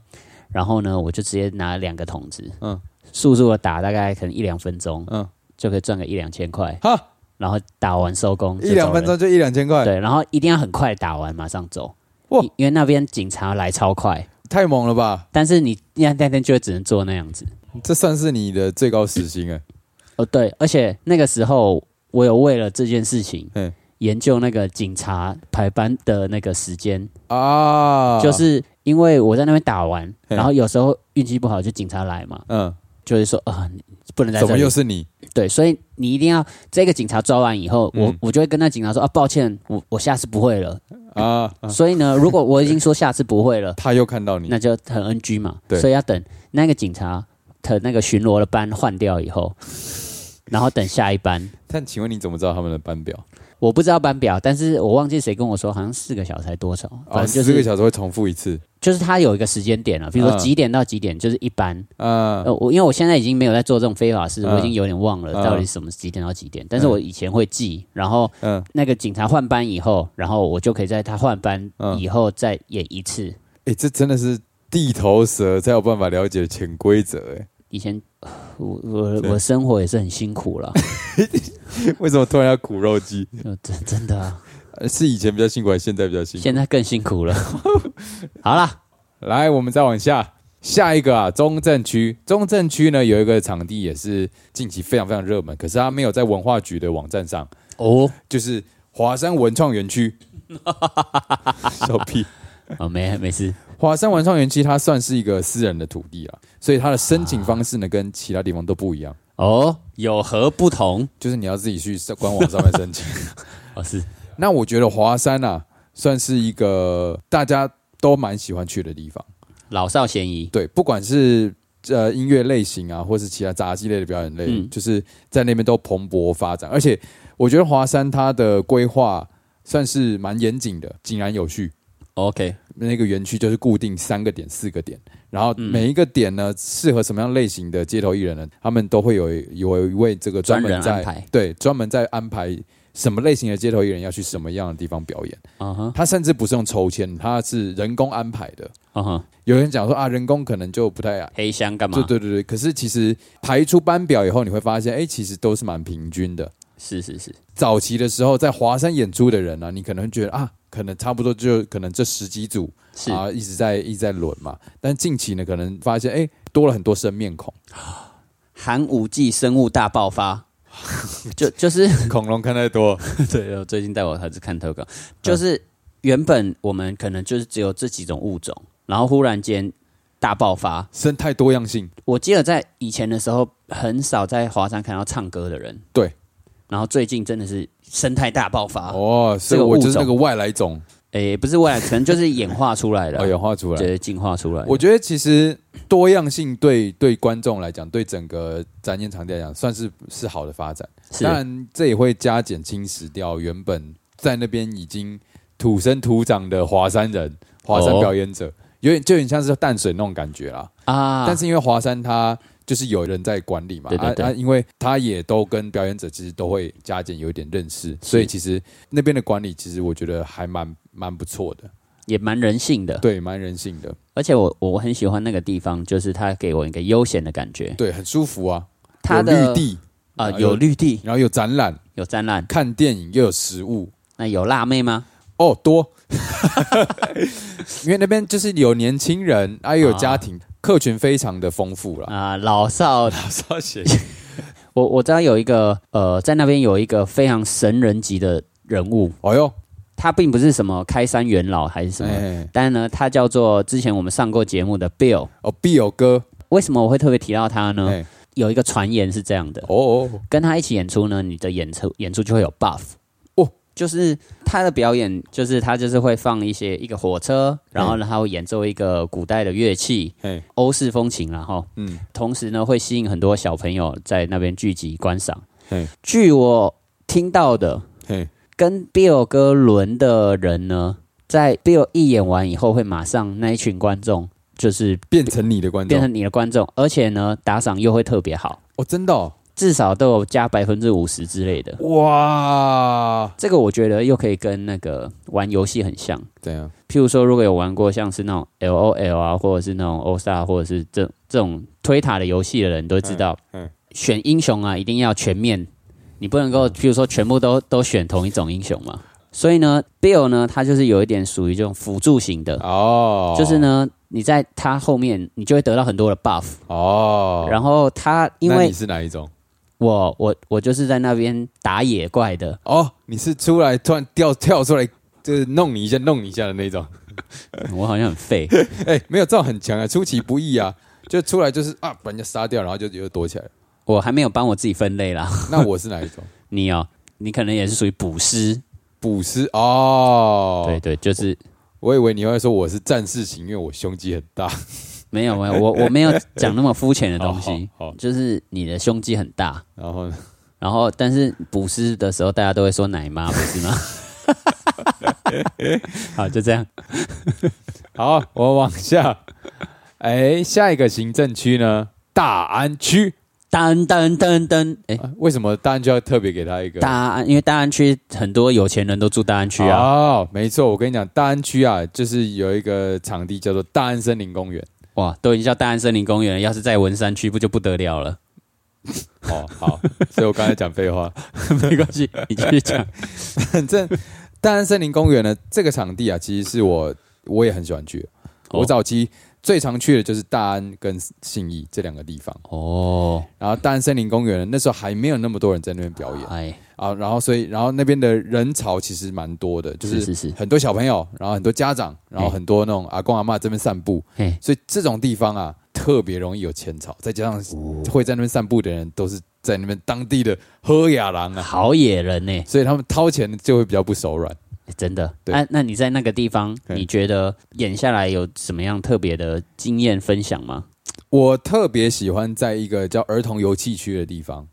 [SPEAKER 1] 然后呢我就直接拿两个桶子，
[SPEAKER 2] 嗯
[SPEAKER 1] 速速的打，大概可能一两分钟，
[SPEAKER 2] 嗯
[SPEAKER 1] 就可以赚个一两千块，
[SPEAKER 2] 哈，
[SPEAKER 1] 然后打完收工，就
[SPEAKER 2] 一两
[SPEAKER 1] 走
[SPEAKER 2] 分
[SPEAKER 1] 人
[SPEAKER 2] 钟就一两千块，
[SPEAKER 1] 对，然后一定要很快打完，马上走。
[SPEAKER 2] 哇
[SPEAKER 1] 因因为那边警察来超快，
[SPEAKER 2] 太猛了吧？
[SPEAKER 1] 但是你那那天就只能做那样子。
[SPEAKER 2] 这算是你的最高时薪哎，
[SPEAKER 1] 哦，对，而且那个时候我有为了这件事情
[SPEAKER 2] 嗯，
[SPEAKER 1] 研究那个警察排班的那个时间，
[SPEAKER 2] 啊，
[SPEAKER 1] 就是因为我在那边打完，
[SPEAKER 2] 嗯
[SPEAKER 1] 然后有时候运气不好就警察来嘛，
[SPEAKER 2] 嗯，
[SPEAKER 1] 就是说啊、你不能在
[SPEAKER 2] 怎
[SPEAKER 1] 这
[SPEAKER 2] 么又
[SPEAKER 1] 里。
[SPEAKER 2] 是你？
[SPEAKER 1] 对，所以你一定要这个警察抓完以后，我
[SPEAKER 2] 嗯
[SPEAKER 1] 我就会跟那警察说啊，抱歉，我我下次不会了。
[SPEAKER 2] 啊，啊
[SPEAKER 1] 所以呢，如果我已经说下次不 会了，
[SPEAKER 2] 他又看到你
[SPEAKER 1] 那就很 NG 嘛，
[SPEAKER 2] 对
[SPEAKER 1] 所以要等那个警察的那个巡逻的班换掉以 后，然后等下一班。
[SPEAKER 2] 但请问你怎么知道他们的班表？
[SPEAKER 1] 我不知道班表，但是我忘记谁跟我说，好像四个小时还多少，反正
[SPEAKER 2] 哦，
[SPEAKER 1] 就
[SPEAKER 2] 四
[SPEAKER 1] 是、
[SPEAKER 2] 个小时会重复一次。
[SPEAKER 1] 就是他有一个时间点了，比如说
[SPEAKER 2] 嗯
[SPEAKER 1] 几点到几点就是一班。
[SPEAKER 2] 啊
[SPEAKER 1] 呃，我因为我现在已经没有在做这种非法事，
[SPEAKER 2] 嗯
[SPEAKER 1] 我已经有点忘了
[SPEAKER 2] 嗯
[SPEAKER 1] 到底什么几点到几点，但是我以前会记，然后
[SPEAKER 2] 嗯，
[SPEAKER 1] 那个警察换班以后，然后我就可以在他换班
[SPEAKER 2] 嗯
[SPEAKER 1] 以后再演一次。
[SPEAKER 2] 哎，这真的是地头蛇才有办法了解潜规则哎。
[SPEAKER 1] 以前呃我我
[SPEAKER 2] 对
[SPEAKER 1] 我生活也是很辛苦 了，
[SPEAKER 2] 为什么突然要苦肉计？
[SPEAKER 1] 呃真真的啊。
[SPEAKER 2] 呃是以前比较辛苦，还是现在比较辛苦？
[SPEAKER 1] 现在更辛苦 了。好啦，
[SPEAKER 2] 来，我们再往下，下一个啊，中正区。中正区呢有一个场地也是近期非常非常热门，可是它没有在文化局的网站上，
[SPEAKER 1] 哦，
[SPEAKER 2] 就是华山文创园 区。小屁，
[SPEAKER 1] 哦没没事，
[SPEAKER 2] 华山文创园区它算是一个私人的土地啊，所以它的申请方式呢跟其他地方都不一样，
[SPEAKER 1] 哦，有何不同？
[SPEAKER 2] 就是你要自己去官网上面申请。
[SPEAKER 1] 哦是，
[SPEAKER 2] 那我觉得华山啊，算是一个大家都蛮喜欢去的地方。
[SPEAKER 1] 老少咸宜。
[SPEAKER 2] 对，不管是呃音乐类型啊，或是其他杂技类的表演类，
[SPEAKER 1] 嗯
[SPEAKER 2] 就是在那边都蓬勃发展。而且我觉得华山它的规划算是蛮严谨的，井然有序。
[SPEAKER 1] OK，
[SPEAKER 2] 那个园区就是固定三个点、四个点，然后
[SPEAKER 1] 嗯
[SPEAKER 2] 每一个点呢，适合什么样类型的街头艺人呢？他们都会有有一位这个专
[SPEAKER 1] 专
[SPEAKER 2] 门
[SPEAKER 1] 人
[SPEAKER 2] 在
[SPEAKER 1] 安排
[SPEAKER 2] 对专门在安排什么类型的街头艺人要去什么样的地方表演。
[SPEAKER 1] 嗯哼，
[SPEAKER 2] 他甚至不是用抽签，他是人工安排的。
[SPEAKER 1] 嗯哼，
[SPEAKER 2] 有人讲说啊，人工可能就不太
[SPEAKER 1] 黑箱干嘛？
[SPEAKER 2] 对对对对，可是其实排出班表以后，你会发现，哎、其实都是蛮平均的。
[SPEAKER 1] 是是是，
[SPEAKER 2] 早期的时候，在华山演出的人呢、啊，你可能觉得啊，可能差不多就可能这十几组
[SPEAKER 1] 是
[SPEAKER 2] 啊，一直在一直在轮嘛。但近期呢，可能发现哎、多了很多生 面孔，
[SPEAKER 1] 寒武纪生物大爆发， 就 就是
[SPEAKER 2] 恐龙看太多，
[SPEAKER 1] 对，我最近带我儿子看特稿，嗯就是原本我们可能就是只有这几种物种，然后忽然间大爆发。
[SPEAKER 2] 生态多样性。
[SPEAKER 1] 我记得在以前的时候，很少在华山看到唱歌的人，
[SPEAKER 2] 对。
[SPEAKER 1] 然后最近真的是生态大爆发，诶、
[SPEAKER 2] 哦，
[SPEAKER 1] 啊这
[SPEAKER 2] 所以
[SPEAKER 1] 个
[SPEAKER 2] 我
[SPEAKER 1] 物
[SPEAKER 2] 就是那
[SPEAKER 1] 种
[SPEAKER 2] 个外来种，
[SPEAKER 1] 不是未来，可能就是啊演化出来
[SPEAKER 2] 哦，
[SPEAKER 1] 的，
[SPEAKER 2] 演化出来。
[SPEAKER 1] 对，进化出来的。
[SPEAKER 2] 我觉得其实多样性对对观众来讲，对整个展演场地来讲，算是是好的发展。
[SPEAKER 1] 是
[SPEAKER 2] 当然，这也会加减侵蚀掉原本在那边已经土生土长的华山人、华山
[SPEAKER 1] 哦
[SPEAKER 2] 表演者，有点就有点像是淡水那种感觉啦。
[SPEAKER 1] 啊，
[SPEAKER 2] 但是因为华山它就是有人在管理嘛，
[SPEAKER 1] 对对对
[SPEAKER 2] 啊啊，因为他也都跟表演者其实都会加减有一点认识，所以其实那边的管理其实我觉得还蛮蛮不错的，
[SPEAKER 1] 也蛮人性的。
[SPEAKER 2] 对，蛮人性的，
[SPEAKER 1] 而且我我很喜欢那个地方，就是它给我一个悠闲的感觉。
[SPEAKER 2] 对，很舒服啊。
[SPEAKER 1] 它
[SPEAKER 2] 有
[SPEAKER 1] 的
[SPEAKER 2] 绿地，
[SPEAKER 1] 啊、
[SPEAKER 2] 然后
[SPEAKER 1] 有绿地，
[SPEAKER 2] 然后有展览、
[SPEAKER 1] 有展览，
[SPEAKER 2] 看电影，又有食物，
[SPEAKER 1] 那有辣妹吗？
[SPEAKER 2] 哦，多， 因为那边就是有年轻人，啊，也有家庭，客群非常的丰富啦。
[SPEAKER 1] 啊、 老少
[SPEAKER 2] 少写
[SPEAKER 1] 我我知道有一个呃，在那边有一个非常神人级的人物，
[SPEAKER 2] 哦哟，
[SPEAKER 1] 他并不是什么开山元老还是什么，
[SPEAKER 2] 哎，
[SPEAKER 1] 但呢，他叫做之前我们上过节目的 Bill。
[SPEAKER 2] 哦，必有哥，
[SPEAKER 1] 为什么我会特别提到他呢？
[SPEAKER 2] 哎，
[SPEAKER 1] 有一个传言是这样的，
[SPEAKER 2] 哦哦，
[SPEAKER 1] 跟他一起演出呢，你的演出演出就会有 buff
[SPEAKER 2] 哦，
[SPEAKER 1] 就是他的表演，就是他就是会放一些一个火车，然后呢，他会演奏一个古代的乐器，
[SPEAKER 2] 哎，
[SPEAKER 1] 欧式风情然后
[SPEAKER 2] 嗯，
[SPEAKER 1] 同时呢，会吸引很多小朋友在那边聚集观赏
[SPEAKER 2] 嘿。
[SPEAKER 1] 据我听到的，
[SPEAKER 2] 嘿，
[SPEAKER 1] 跟 Bill 哥轮的人呢，在 Bill 一演完以后，会马上那一群观众就是
[SPEAKER 2] 变成你的观
[SPEAKER 1] 变
[SPEAKER 2] 众，
[SPEAKER 1] 成你的观众，而且呢，打赏又会特别好，
[SPEAKER 2] 哦，真的哦，
[SPEAKER 1] 至少都有加百分之五十之类的。
[SPEAKER 2] 哇，
[SPEAKER 1] 这个我觉得又可以跟那个玩游戏很像，
[SPEAKER 2] 怎样？
[SPEAKER 1] 譬如说，如果有玩过像是那种 L O L 啊，或者是那种 O S A，或者是这这种推塔的游戏的人，都会知道，
[SPEAKER 2] 嗯嗯
[SPEAKER 1] 选英雄啊，一定要全面，你不能够，譬如说全部都都选同一种英雄嘛。所以呢，Bill 呢，他就是有一点属于这种辅助型的，
[SPEAKER 2] 哦，
[SPEAKER 1] 就是，呢，你在他后面，你就会得到很多的 buff。
[SPEAKER 2] 哦，
[SPEAKER 1] 然后他因
[SPEAKER 2] 那
[SPEAKER 1] 为
[SPEAKER 2] 你是哪一种？
[SPEAKER 1] 我我我就是在那边打野怪的，
[SPEAKER 2] 哦，你是出来突然掉跳出来，就是弄你一下，弄你一下的那种。
[SPEAKER 1] 我好像很废。
[SPEAKER 2] 哎、没有，这种很强啊，出其不意啊，就出来就是啊，把人家杀掉，然后就又躲起来了。
[SPEAKER 1] 我还没有帮我自己分类啦。
[SPEAKER 2] 那我是哪一 种？
[SPEAKER 1] 你哦，你可能也是属于捕师，
[SPEAKER 2] 捕食哦，
[SPEAKER 1] 对，对，就是
[SPEAKER 2] 我以为你会说我是战士型，因为我胸肌很大。
[SPEAKER 1] 没有没有， 我我没有讲那么肤浅的东西，
[SPEAKER 2] 好，好好
[SPEAKER 1] 就是你的胸肌很大，
[SPEAKER 2] 然后呢？
[SPEAKER 1] 然后但是捕师的时候大家都会说奶妈，不是 吗？好，就这样。
[SPEAKER 2] 好，我往下。哎、下一个行政区呢？大安区、
[SPEAKER 1] 噔噔噔噔，哎，
[SPEAKER 2] 啊为什么大安区要特别给他一个
[SPEAKER 1] 大安，因为大安区很多有钱人都住大安区啊。
[SPEAKER 2] 哦，没错，我跟你讲，大安区啊，就是有一个场地叫做大安森林公园。
[SPEAKER 1] 哇，都已经叫大安森林公园了，要是在文山区不就不得了了？
[SPEAKER 2] 哦，好， 所以我刚才讲废话。
[SPEAKER 1] 没关系，你继续讲。
[SPEAKER 2] 反正大安森林公园呢，这个场地啊，其实是我我也很喜欢去的。
[SPEAKER 1] 哦
[SPEAKER 2] 我早期最常去的就是大安跟信义这两个地方。
[SPEAKER 1] 哦，
[SPEAKER 2] 然后大安森林公园呢那时候还没有那么多人在那边表演
[SPEAKER 1] 哎，
[SPEAKER 2] 啊，然后所以然后那边的人潮其实蛮多的，就是是嗯
[SPEAKER 1] 是是，
[SPEAKER 2] 很多小朋友，然后很多家长，然后很多那种阿公阿妈这边散步，
[SPEAKER 1] 嘿，
[SPEAKER 2] 所以这种地方啊特别容易有钱潮，再加上会在那边散步的人都是在那边当地的喝雅郎啊，
[SPEAKER 1] 好野人呢、
[SPEAKER 2] 所以他们掏钱就会比较不手软。
[SPEAKER 1] 欸真的。
[SPEAKER 2] 对
[SPEAKER 1] 那、那你在那个地方，
[SPEAKER 2] 对
[SPEAKER 1] 你觉得演下来有什么样特别的经验分享吗？
[SPEAKER 2] 我特别喜欢在一个叫儿童游戏区的地方。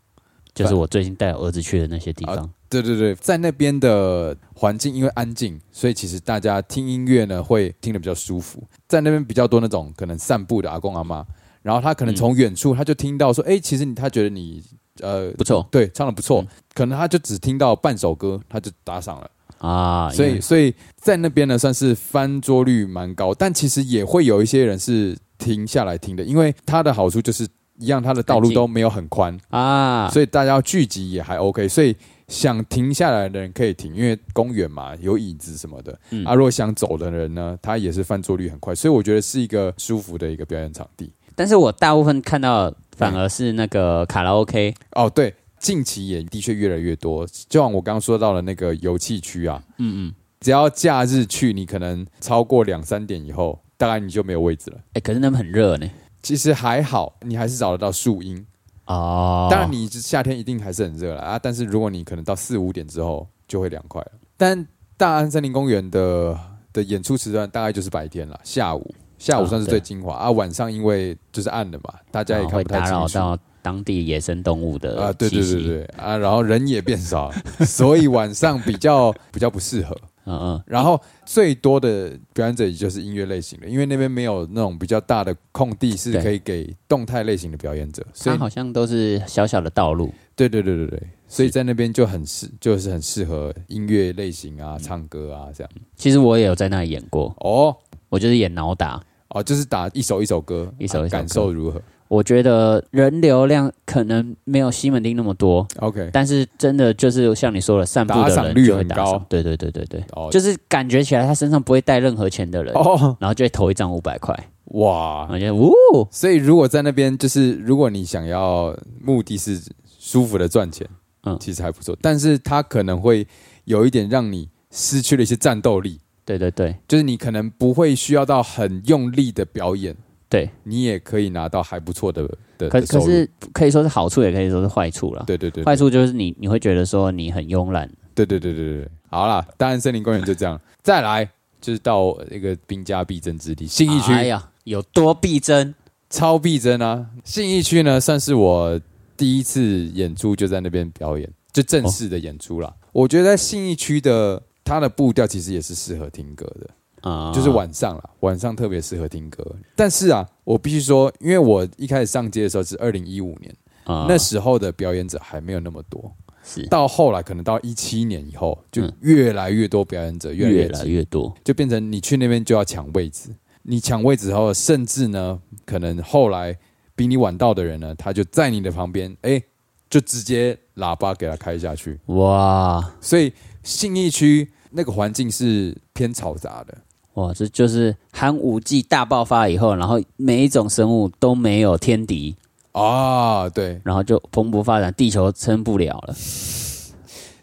[SPEAKER 1] 就是我最近带我儿子去的那些地方，
[SPEAKER 2] 对对对，在那边的环境因为安静，所以其实大家听音乐呢会听得比较舒服。在那边比较多那种可能散步的阿公阿妈，然后他可能从远处他就听到说，哎、其实你他觉得你呃，
[SPEAKER 1] 不错
[SPEAKER 2] 对，唱的不错，可能他就只听到半首歌，他就打赏了。
[SPEAKER 1] 啊，
[SPEAKER 2] 所
[SPEAKER 1] 因
[SPEAKER 2] 以
[SPEAKER 1] 为
[SPEAKER 2] 所以在那边呢，算是翻桌率蛮高，但其实也会有一些人是停下来听的，因为它的好处就是一样，它的道
[SPEAKER 1] 安
[SPEAKER 2] 路
[SPEAKER 1] 静
[SPEAKER 2] 都没有很宽，
[SPEAKER 1] 啊，
[SPEAKER 2] 所以大家要聚集也还 OK，所以。想停下来的人可以停，因为公园嘛有椅子什么的。
[SPEAKER 1] 嗯
[SPEAKER 2] 啊，如果想走的人呢，他也是翻桌率很快，所以我觉得是一个舒服的一个表演场地。
[SPEAKER 1] 但是我大部分看到反而是那个卡拉 OK，
[SPEAKER 2] 哦，对，近期也的确越来越多，就像我刚刚说到的那个油气区啊，
[SPEAKER 1] 嗯嗯，
[SPEAKER 2] 只要假日去，你可能超过两三点以后，大概你就没有位置了。
[SPEAKER 1] 哎、可是那边很热呢。
[SPEAKER 2] 其实还好，你还是找得到树荫。
[SPEAKER 1] 哦，
[SPEAKER 2] 当然，你夏天一定还是很热了啊，但是如果你可能到四五点之后就会凉快了。但大安森林公园的的演出时段大概就是白天了，下午下午算是
[SPEAKER 1] 啊对
[SPEAKER 2] 最精华啊晚上因为就是暗的嘛，大家也
[SPEAKER 1] 哦
[SPEAKER 2] 看
[SPEAKER 1] 会
[SPEAKER 2] 不太
[SPEAKER 1] 打扰
[SPEAKER 2] 清楚。
[SPEAKER 1] 到当地野生动物的
[SPEAKER 2] 啊，对对
[SPEAKER 1] 气
[SPEAKER 2] 对
[SPEAKER 1] 息，
[SPEAKER 2] 对啊，然后人也变少， 所以晚上比较 比较不适合。
[SPEAKER 1] 嗯嗯，
[SPEAKER 2] 然后最多的表演者也就是音乐类型的，因为那边没有那种比较大的空地是
[SPEAKER 1] 对
[SPEAKER 2] 可以给动态类型的表演者，所
[SPEAKER 1] 它
[SPEAKER 2] 以
[SPEAKER 1] 好像都是小小的道路，
[SPEAKER 2] 对对对对对，所以在那边就很适，就是很适合音乐类型啊、唱歌啊这样。
[SPEAKER 1] 其实我也有在那里演过，
[SPEAKER 2] 哦
[SPEAKER 1] 我就是演挠打，
[SPEAKER 2] 哦，就是打一首一首歌，
[SPEAKER 1] 一首一首歌
[SPEAKER 2] 感受如何
[SPEAKER 1] 我觉得人流量可能没有西门町那么多，
[SPEAKER 2] ？OK，
[SPEAKER 1] 但是真的就是像你说的，散步的
[SPEAKER 2] 打赏
[SPEAKER 1] 人
[SPEAKER 2] 率
[SPEAKER 1] 就会
[SPEAKER 2] 很
[SPEAKER 1] 打
[SPEAKER 2] 高
[SPEAKER 1] 赏，对对对对对，
[SPEAKER 2] 哦
[SPEAKER 1] 就是感觉起来他身上不会带任何钱的人，
[SPEAKER 2] 哦啊
[SPEAKER 1] 然后就会投一张五百块，然
[SPEAKER 2] 哇，
[SPEAKER 1] 后就呜，
[SPEAKER 2] 所以如果在那边就是如果你想要目的是舒服的赚钱，
[SPEAKER 1] 嗯
[SPEAKER 2] 嗯，其实还不错，但是它可能会有一点让你失去了一些战斗力。
[SPEAKER 1] 对对对
[SPEAKER 2] 就是你可能不会需要到很用力的表演，
[SPEAKER 1] 对，
[SPEAKER 2] 你也可以拿到还不错的的
[SPEAKER 1] 可
[SPEAKER 2] 的收
[SPEAKER 1] 可
[SPEAKER 2] 入
[SPEAKER 1] 是可以说是好处，也可以说是坏处了。
[SPEAKER 2] 对对对
[SPEAKER 1] 坏
[SPEAKER 2] 对
[SPEAKER 1] 处就是你你会觉得说你很慵懒，
[SPEAKER 2] 对对对对对，好啦，大安森林公园就这样，再来就是到那个兵家必争之地信义区、
[SPEAKER 1] 哎呀，有多必争
[SPEAKER 2] 超必争啊！信义区呢，算是我第一次演出就在那边表演，就正式的演出啦。我觉得在信义区的它的步调其实也是适合听歌的。
[SPEAKER 1] 啊、
[SPEAKER 2] 就是晚上啦，晚上特别适合听歌。但是啊，我必须说，因为我一开始上街的时候是二零一五年，
[SPEAKER 1] 啊
[SPEAKER 2] 那时候的表演者还没有那么多。
[SPEAKER 1] 是
[SPEAKER 2] 到后来，可能到一七年以后，就
[SPEAKER 1] 嗯
[SPEAKER 2] 越来越多表演者，越来
[SPEAKER 1] 越
[SPEAKER 2] 越
[SPEAKER 1] 来
[SPEAKER 2] 挤
[SPEAKER 1] 越多
[SPEAKER 2] 就变成你去那边就要抢位置。你抢位置后，甚至呢，可能后来比你晚到的人呢，他就在你的旁边，哎、就直接喇叭给他开下去。
[SPEAKER 1] 哇
[SPEAKER 2] 所以信义区那个环境是偏嘈杂的，
[SPEAKER 1] 哇，这就是寒武纪大爆发以后，然后每一种生物都没有天敌，
[SPEAKER 2] 啊，对，
[SPEAKER 1] 然后就蓬勃发展，地球撑不了了。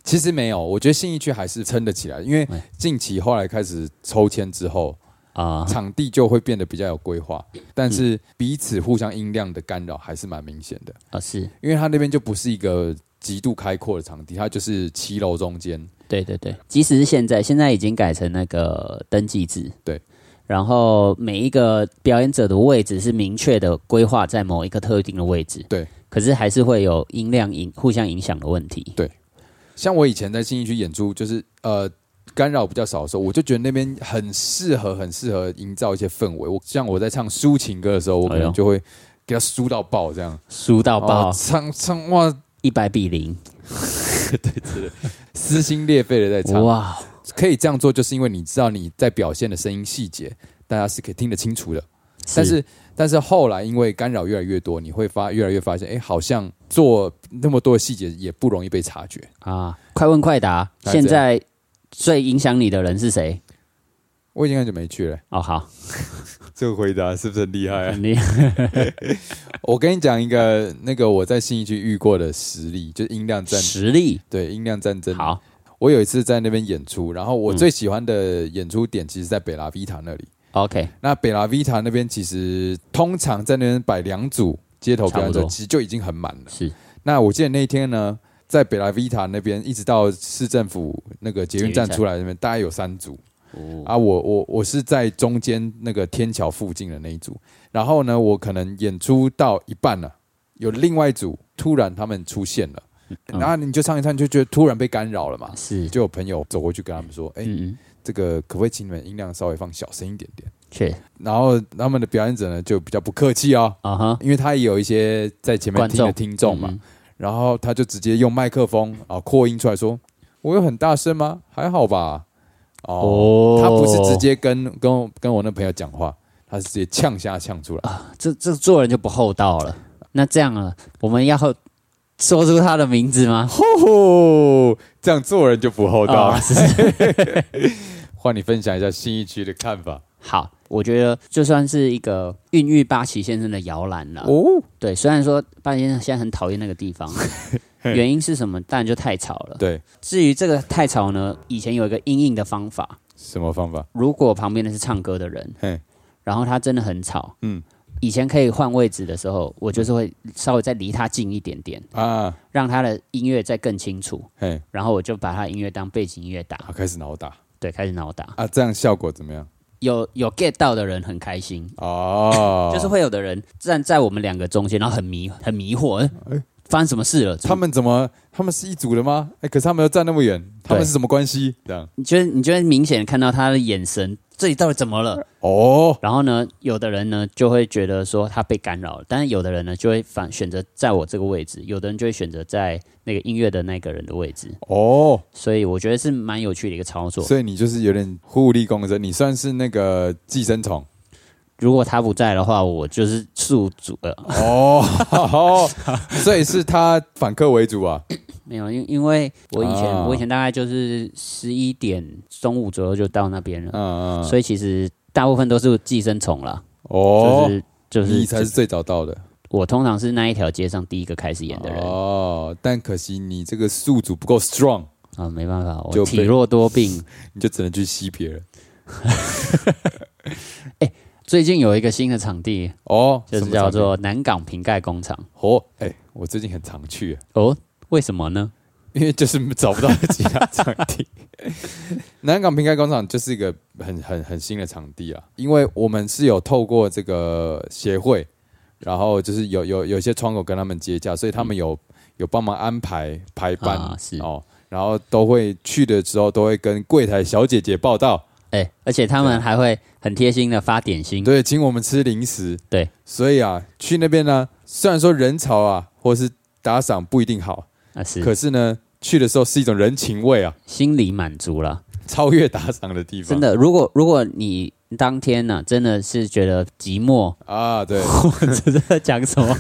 [SPEAKER 2] 其实没有，我觉得信义区还是撑得起来，因为
[SPEAKER 1] 哎
[SPEAKER 2] 近期后来开始抽签之后，
[SPEAKER 1] 啊、
[SPEAKER 2] 场地就会变得比较有规划，但是彼此互相音量的干扰还是蛮明显的，
[SPEAKER 1] 啊是，
[SPEAKER 2] 因为它那边就不是一个极度开阔的场地，它就是七楼中间，
[SPEAKER 1] 对对对，即使是现在，现在已经改成那个登记制，
[SPEAKER 2] 对。
[SPEAKER 1] 然后每一个表演者的位置是明确的规划在某一个特定的位置，
[SPEAKER 2] 对。
[SPEAKER 1] 可是还是会有音量影互相影响的问题。
[SPEAKER 2] 像我以前在信义区演出，就是呃干扰比较少的时候，我就觉得那边很适合，很适合营造一些氛围。我像我在唱抒情歌的时候，我可
[SPEAKER 1] 哎呦
[SPEAKER 2] 能就会给它抒到爆这样，
[SPEAKER 1] 输到爆
[SPEAKER 2] 哦，唱唱哇
[SPEAKER 1] 一百比零，
[SPEAKER 2] 撕心裂肺的在唱。
[SPEAKER 1] 哇！
[SPEAKER 2] 可以这样做，就是因为你知道你在表现的声音细节，大家是可以听得清楚的。但是，但是后来因为干扰越来越多，你会发越来越发现，哎，好像做那么多的细节也不容易被察觉。
[SPEAKER 1] 啊，快问快答，
[SPEAKER 2] 来
[SPEAKER 1] 现在最影响你的人是谁？
[SPEAKER 2] 我已经很久没去了，
[SPEAKER 1] 哦，好，
[SPEAKER 2] 这个回答是不是很厉害、啊
[SPEAKER 1] 你
[SPEAKER 2] 我跟你讲一个那个我在信义区遇过的实例，就是音量战
[SPEAKER 1] 实力
[SPEAKER 2] 对音量战争。
[SPEAKER 1] 好
[SPEAKER 2] 我有一次在那边演出，然后我
[SPEAKER 1] 嗯
[SPEAKER 2] 最喜欢的演出点其实，在北拉维塔那里。
[SPEAKER 1] ，OK，
[SPEAKER 2] 那北拉维塔那边其实通常在那边摆两组街头表演
[SPEAKER 1] 差不
[SPEAKER 2] 者，
[SPEAKER 1] 多
[SPEAKER 2] 其实就已经很满了。
[SPEAKER 1] 是
[SPEAKER 2] 那我记得那一天呢，在北拉维塔那边一直到市政府那个捷运站
[SPEAKER 1] 捷运站
[SPEAKER 2] 出来那边，大概有三组
[SPEAKER 1] 哦，
[SPEAKER 2] 啊。我我我是在中间那个天桥附近的那一组，然后呢，我可能演出到一半了，有另外一组突然他们出现了，
[SPEAKER 1] 嗯
[SPEAKER 2] 然后你就唱一唱，就觉得突然被干扰了嘛。
[SPEAKER 1] 是，
[SPEAKER 2] 就有朋友走过去跟他们说：“哎、
[SPEAKER 1] 嗯嗯，
[SPEAKER 2] 这个可不可以请你们音量稍微放小声一点点
[SPEAKER 1] 确，？”
[SPEAKER 2] 然后他们的表演者呢就比较不客气哦，
[SPEAKER 1] 啊哈，
[SPEAKER 2] 因为他也有一些在前面
[SPEAKER 1] 观
[SPEAKER 2] 听的
[SPEAKER 1] 众
[SPEAKER 2] 听众嘛，
[SPEAKER 1] 嗯
[SPEAKER 2] 然后他就直接用麦克风啊扩音出来说：“我有很大声吗？还好吧。”哦，
[SPEAKER 1] 哦
[SPEAKER 2] 他不是直接跟跟我跟我那朋友讲话，他是直接呛下呛 出来。
[SPEAKER 1] 啊这这做人就不厚道了。那这样啊，我们要说出他的名字吗？
[SPEAKER 2] 哦，这样做人就不厚道
[SPEAKER 1] 啊
[SPEAKER 2] 了。
[SPEAKER 1] 是是
[SPEAKER 2] 换你分享一下新一区的看法
[SPEAKER 1] 好，我觉得就算是一个孕育八旗先生的摇篮了。
[SPEAKER 2] 哦。
[SPEAKER 1] 对，虽然说八旗先生现在很讨厌那个地 方，原因是什么？当然就太吵了。
[SPEAKER 2] 对，
[SPEAKER 1] 至于这个太吵呢，以前有一个阴应的方法，
[SPEAKER 2] 什么方法？
[SPEAKER 1] 如果旁边的是唱歌的人，
[SPEAKER 2] 嘿，
[SPEAKER 1] 然后他真的很吵，
[SPEAKER 2] 嗯
[SPEAKER 1] 以前可以换位置的时候，我就是会稍微再离他近一点点，
[SPEAKER 2] 啊，
[SPEAKER 1] 让他的音乐再更清楚，
[SPEAKER 2] 嘿，
[SPEAKER 1] 然后我就把他的音乐当背景音乐打，
[SPEAKER 2] 啊，开始挠打
[SPEAKER 1] 对，开始脑打。
[SPEAKER 2] 啊，这样效果怎么样？
[SPEAKER 1] 有有 get 到的人很开心，
[SPEAKER 2] 哦，
[SPEAKER 1] 就是会有的人站在我们两个中间，然后很迷很迷惑，呃发生什么事了？
[SPEAKER 2] 哎他们怎么？他们是一组的吗？哎、可是他们又站那么远，他们是什么关系？这样
[SPEAKER 1] 你觉得你觉得明显看到他的眼神，这里到底怎么了？
[SPEAKER 2] 哦，
[SPEAKER 1] 然后呢，有的人呢就会觉得说他被干扰了，但是有的人呢就会反选择在我这个位置，有的人就会选择在那个音乐的那个人的位置，
[SPEAKER 2] 哦，
[SPEAKER 1] 所以我觉得是蛮有趣的一个操作。
[SPEAKER 2] 所以你就是有点互利共生，你算是那个寄生虫
[SPEAKER 1] 如果他不在的话，我就是宿主了。
[SPEAKER 2] 哦， 所以是他反客为主啊。
[SPEAKER 1] 没有，因因为我以前、
[SPEAKER 2] 啊
[SPEAKER 1] 我以前大概就是十一点中午左右就到那边了，
[SPEAKER 2] 嗯嗯，
[SPEAKER 1] 所以其实大部分都是寄生虫啦，
[SPEAKER 2] 哦，
[SPEAKER 1] 就是就是
[SPEAKER 2] 你才是最早到的
[SPEAKER 1] 我通常是那一条街上第一个开始演的人啊、
[SPEAKER 2] 哦，但可惜你这个宿主不够 strong，
[SPEAKER 1] 啊没办法，我
[SPEAKER 2] 就被
[SPEAKER 1] 体弱多病。
[SPEAKER 2] 你就只能去吸别人。
[SPEAKER 1] 最近有一个新的场地，
[SPEAKER 2] 哦，
[SPEAKER 1] 就是
[SPEAKER 2] 什么场
[SPEAKER 1] 叫
[SPEAKER 2] 地
[SPEAKER 1] 做南港瓶盖工厂。
[SPEAKER 2] 哦，哎、我最近很常去，
[SPEAKER 1] 哦，为什么呢？
[SPEAKER 2] 因为就是找不到其他场地。 南港瓶盖工厂就是一个很很很新的场地啊，因为我们是有透过这个协会，然后就是有有有一些窗口跟他们接洽，所以他们有、有帮忙安排排班、
[SPEAKER 1] 啊是
[SPEAKER 2] 哦，然后都会去的时候都会跟柜台小姐姐报道，
[SPEAKER 1] 哎、而且他
[SPEAKER 2] 对
[SPEAKER 1] 们
[SPEAKER 2] 啊
[SPEAKER 1] 还会很贴心的发点心。
[SPEAKER 2] 对，请我们吃零食，
[SPEAKER 1] 对，
[SPEAKER 2] 所以啊，去那边呢，虽然说人潮啊或是打赏不一定好，
[SPEAKER 1] 啊，
[SPEAKER 2] 可
[SPEAKER 1] 是
[SPEAKER 2] 是呢，去的时候是一种人情味啊，
[SPEAKER 1] 心理满足啦。
[SPEAKER 2] 超越打赏的地方。
[SPEAKER 1] 真的，如果如果你当天呢、真的是觉得寂寞，
[SPEAKER 2] 啊，对，
[SPEAKER 1] 我只是在讲什 么？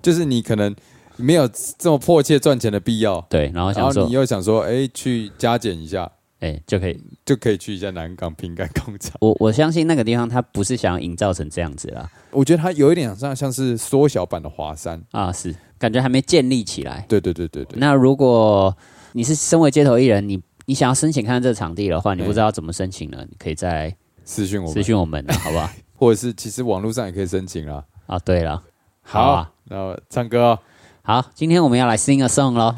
[SPEAKER 2] 就是你可能没有这么迫切赚钱的必要，
[SPEAKER 1] 对，然后
[SPEAKER 2] 然
[SPEAKER 1] 想
[SPEAKER 2] 后
[SPEAKER 1] 说
[SPEAKER 2] 你，又想说，哎，去加减一下，
[SPEAKER 1] 哎、就可以。
[SPEAKER 2] 就可以去一下南港瓶盖工厂。
[SPEAKER 1] 我我相信那个地方，它不是想要营造成这
[SPEAKER 2] 啊
[SPEAKER 1] 样子啦。
[SPEAKER 2] 我觉得它有一点像像是缩小版的华山。
[SPEAKER 1] 啊，是，感觉还没建立起来。
[SPEAKER 2] 对对对对对，
[SPEAKER 1] 那如果你是身为街头艺人，你你想要申请看看这个场地的话，你
[SPEAKER 2] 对
[SPEAKER 1] 不知道怎么申请呢？你可以再
[SPEAKER 2] 私哎讯我
[SPEAKER 1] 私
[SPEAKER 2] 们，
[SPEAKER 1] 讯我们啊，好不好？
[SPEAKER 2] 或者是其实网络上也可以申请啦。
[SPEAKER 1] 啊，对了，好
[SPEAKER 2] 好
[SPEAKER 1] 啊，
[SPEAKER 2] 那唱歌哦，
[SPEAKER 1] 好，今天我们要来 sing a song 咯。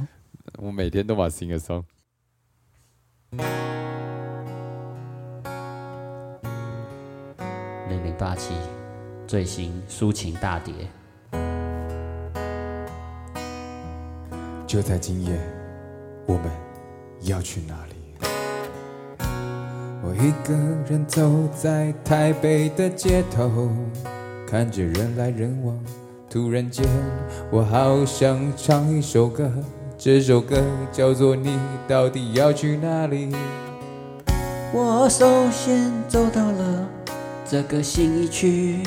[SPEAKER 2] 我每天都把 sing a song。
[SPEAKER 1] 零零八七最新抒情大碟，
[SPEAKER 2] 就在今夜，我们要去哪里？我一个人走在台北的街头，看着人来人往，突然间，我好想唱一首歌，这首歌叫做《你到底要去哪里》。
[SPEAKER 1] 我首先走到了这个新一区，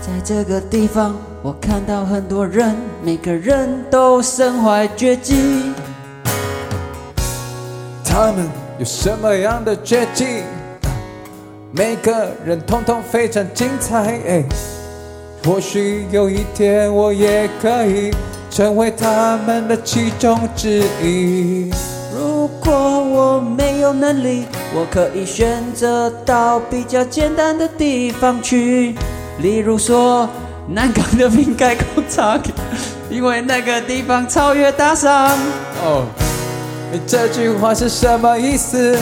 [SPEAKER 1] 在这个地方，我看到很多人，每个人都身怀绝技。
[SPEAKER 2] 他们有什么样的绝技？每个人通通非常精彩。哎，或许有一天我也可以成为他们的其中之一。
[SPEAKER 1] 如果我没有能力，我可以选择到比较简单的地方去，例如说南港的瓶盖工厂，因为那个地方超越打赏。
[SPEAKER 2] 哦，你这句话是什么意思？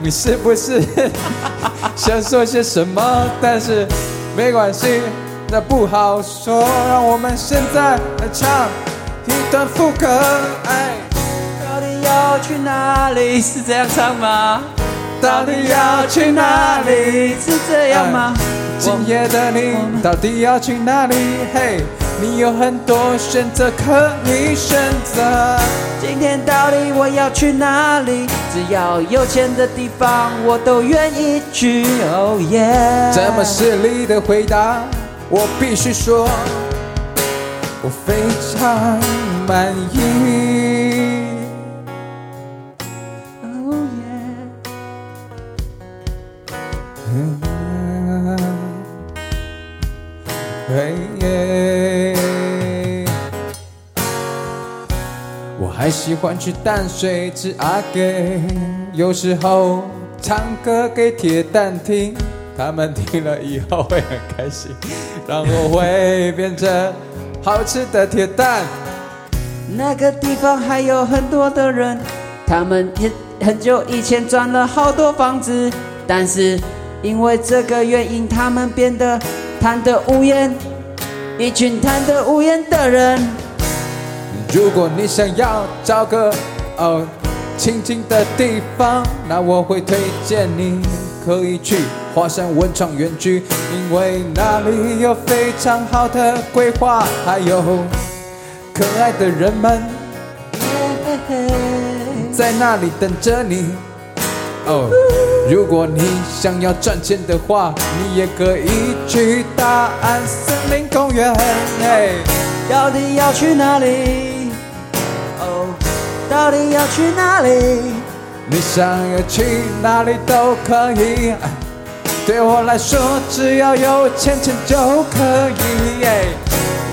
[SPEAKER 2] 你是不是 想说些什么？但是没关系，那不好说。让我们现在来唱一段副歌。哎。
[SPEAKER 1] 到底要去哪里？是这样唱吗？
[SPEAKER 2] 到底要去哪里？
[SPEAKER 1] 是这样吗？
[SPEAKER 2] 哎今夜的你到底要去哪里？嘿，你有很多选择可以选择。
[SPEAKER 3] 今天到底我要去哪里？只要有钱的地方，我都愿意去。哦耶！
[SPEAKER 2] 这么势利的回答，我必须说，我非常满意。Oh
[SPEAKER 3] 哦耶！
[SPEAKER 2] Oh 我还喜欢去淡水吃阿给，有时候唱歌给铁蛋听，他们听了以后会很开心，让我会变成好吃的铁蛋。
[SPEAKER 3] 那个地方还有很多的人，他们也很久以前赚了好多房子，但是因为这个原因，他们变得贪得无厌，一群贪得无厌的人。
[SPEAKER 2] 如果你想要找个哦清静的地方，那我会推荐你可以去华山文创园区，因为那里有非常好的规划，还有可爱的人们
[SPEAKER 3] 嘿嘿嘿
[SPEAKER 2] 在那里等着你。哦，如果你想要赚钱的话，你也可以去大安森林公园。嘿，
[SPEAKER 3] 到底要去哪里？哦，到底要去哪里？
[SPEAKER 2] 你想要去哪里都可以，对我来说只要有钱钱就可以。耶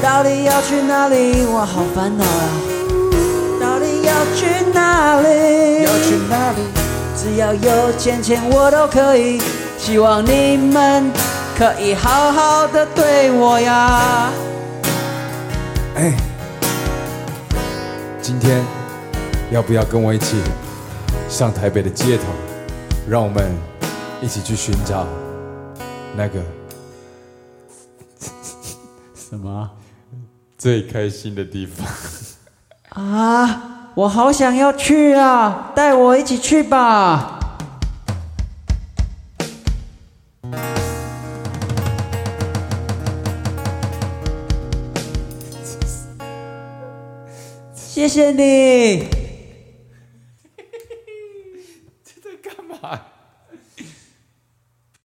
[SPEAKER 3] 到底要去哪里？我好烦恼啊！到底要去哪里？
[SPEAKER 2] 要去哪里？
[SPEAKER 3] 只要有钱钱我都可以。希望你们可以好好的对我呀。
[SPEAKER 2] 哎，今天要不要跟我一起上台北的街头？让我们一起去寻找那个
[SPEAKER 3] 什么
[SPEAKER 2] 最开心的地方。
[SPEAKER 3] 啊？我好想要去啊！带我一起去吧。谢谢你。
[SPEAKER 2] 在干嘛？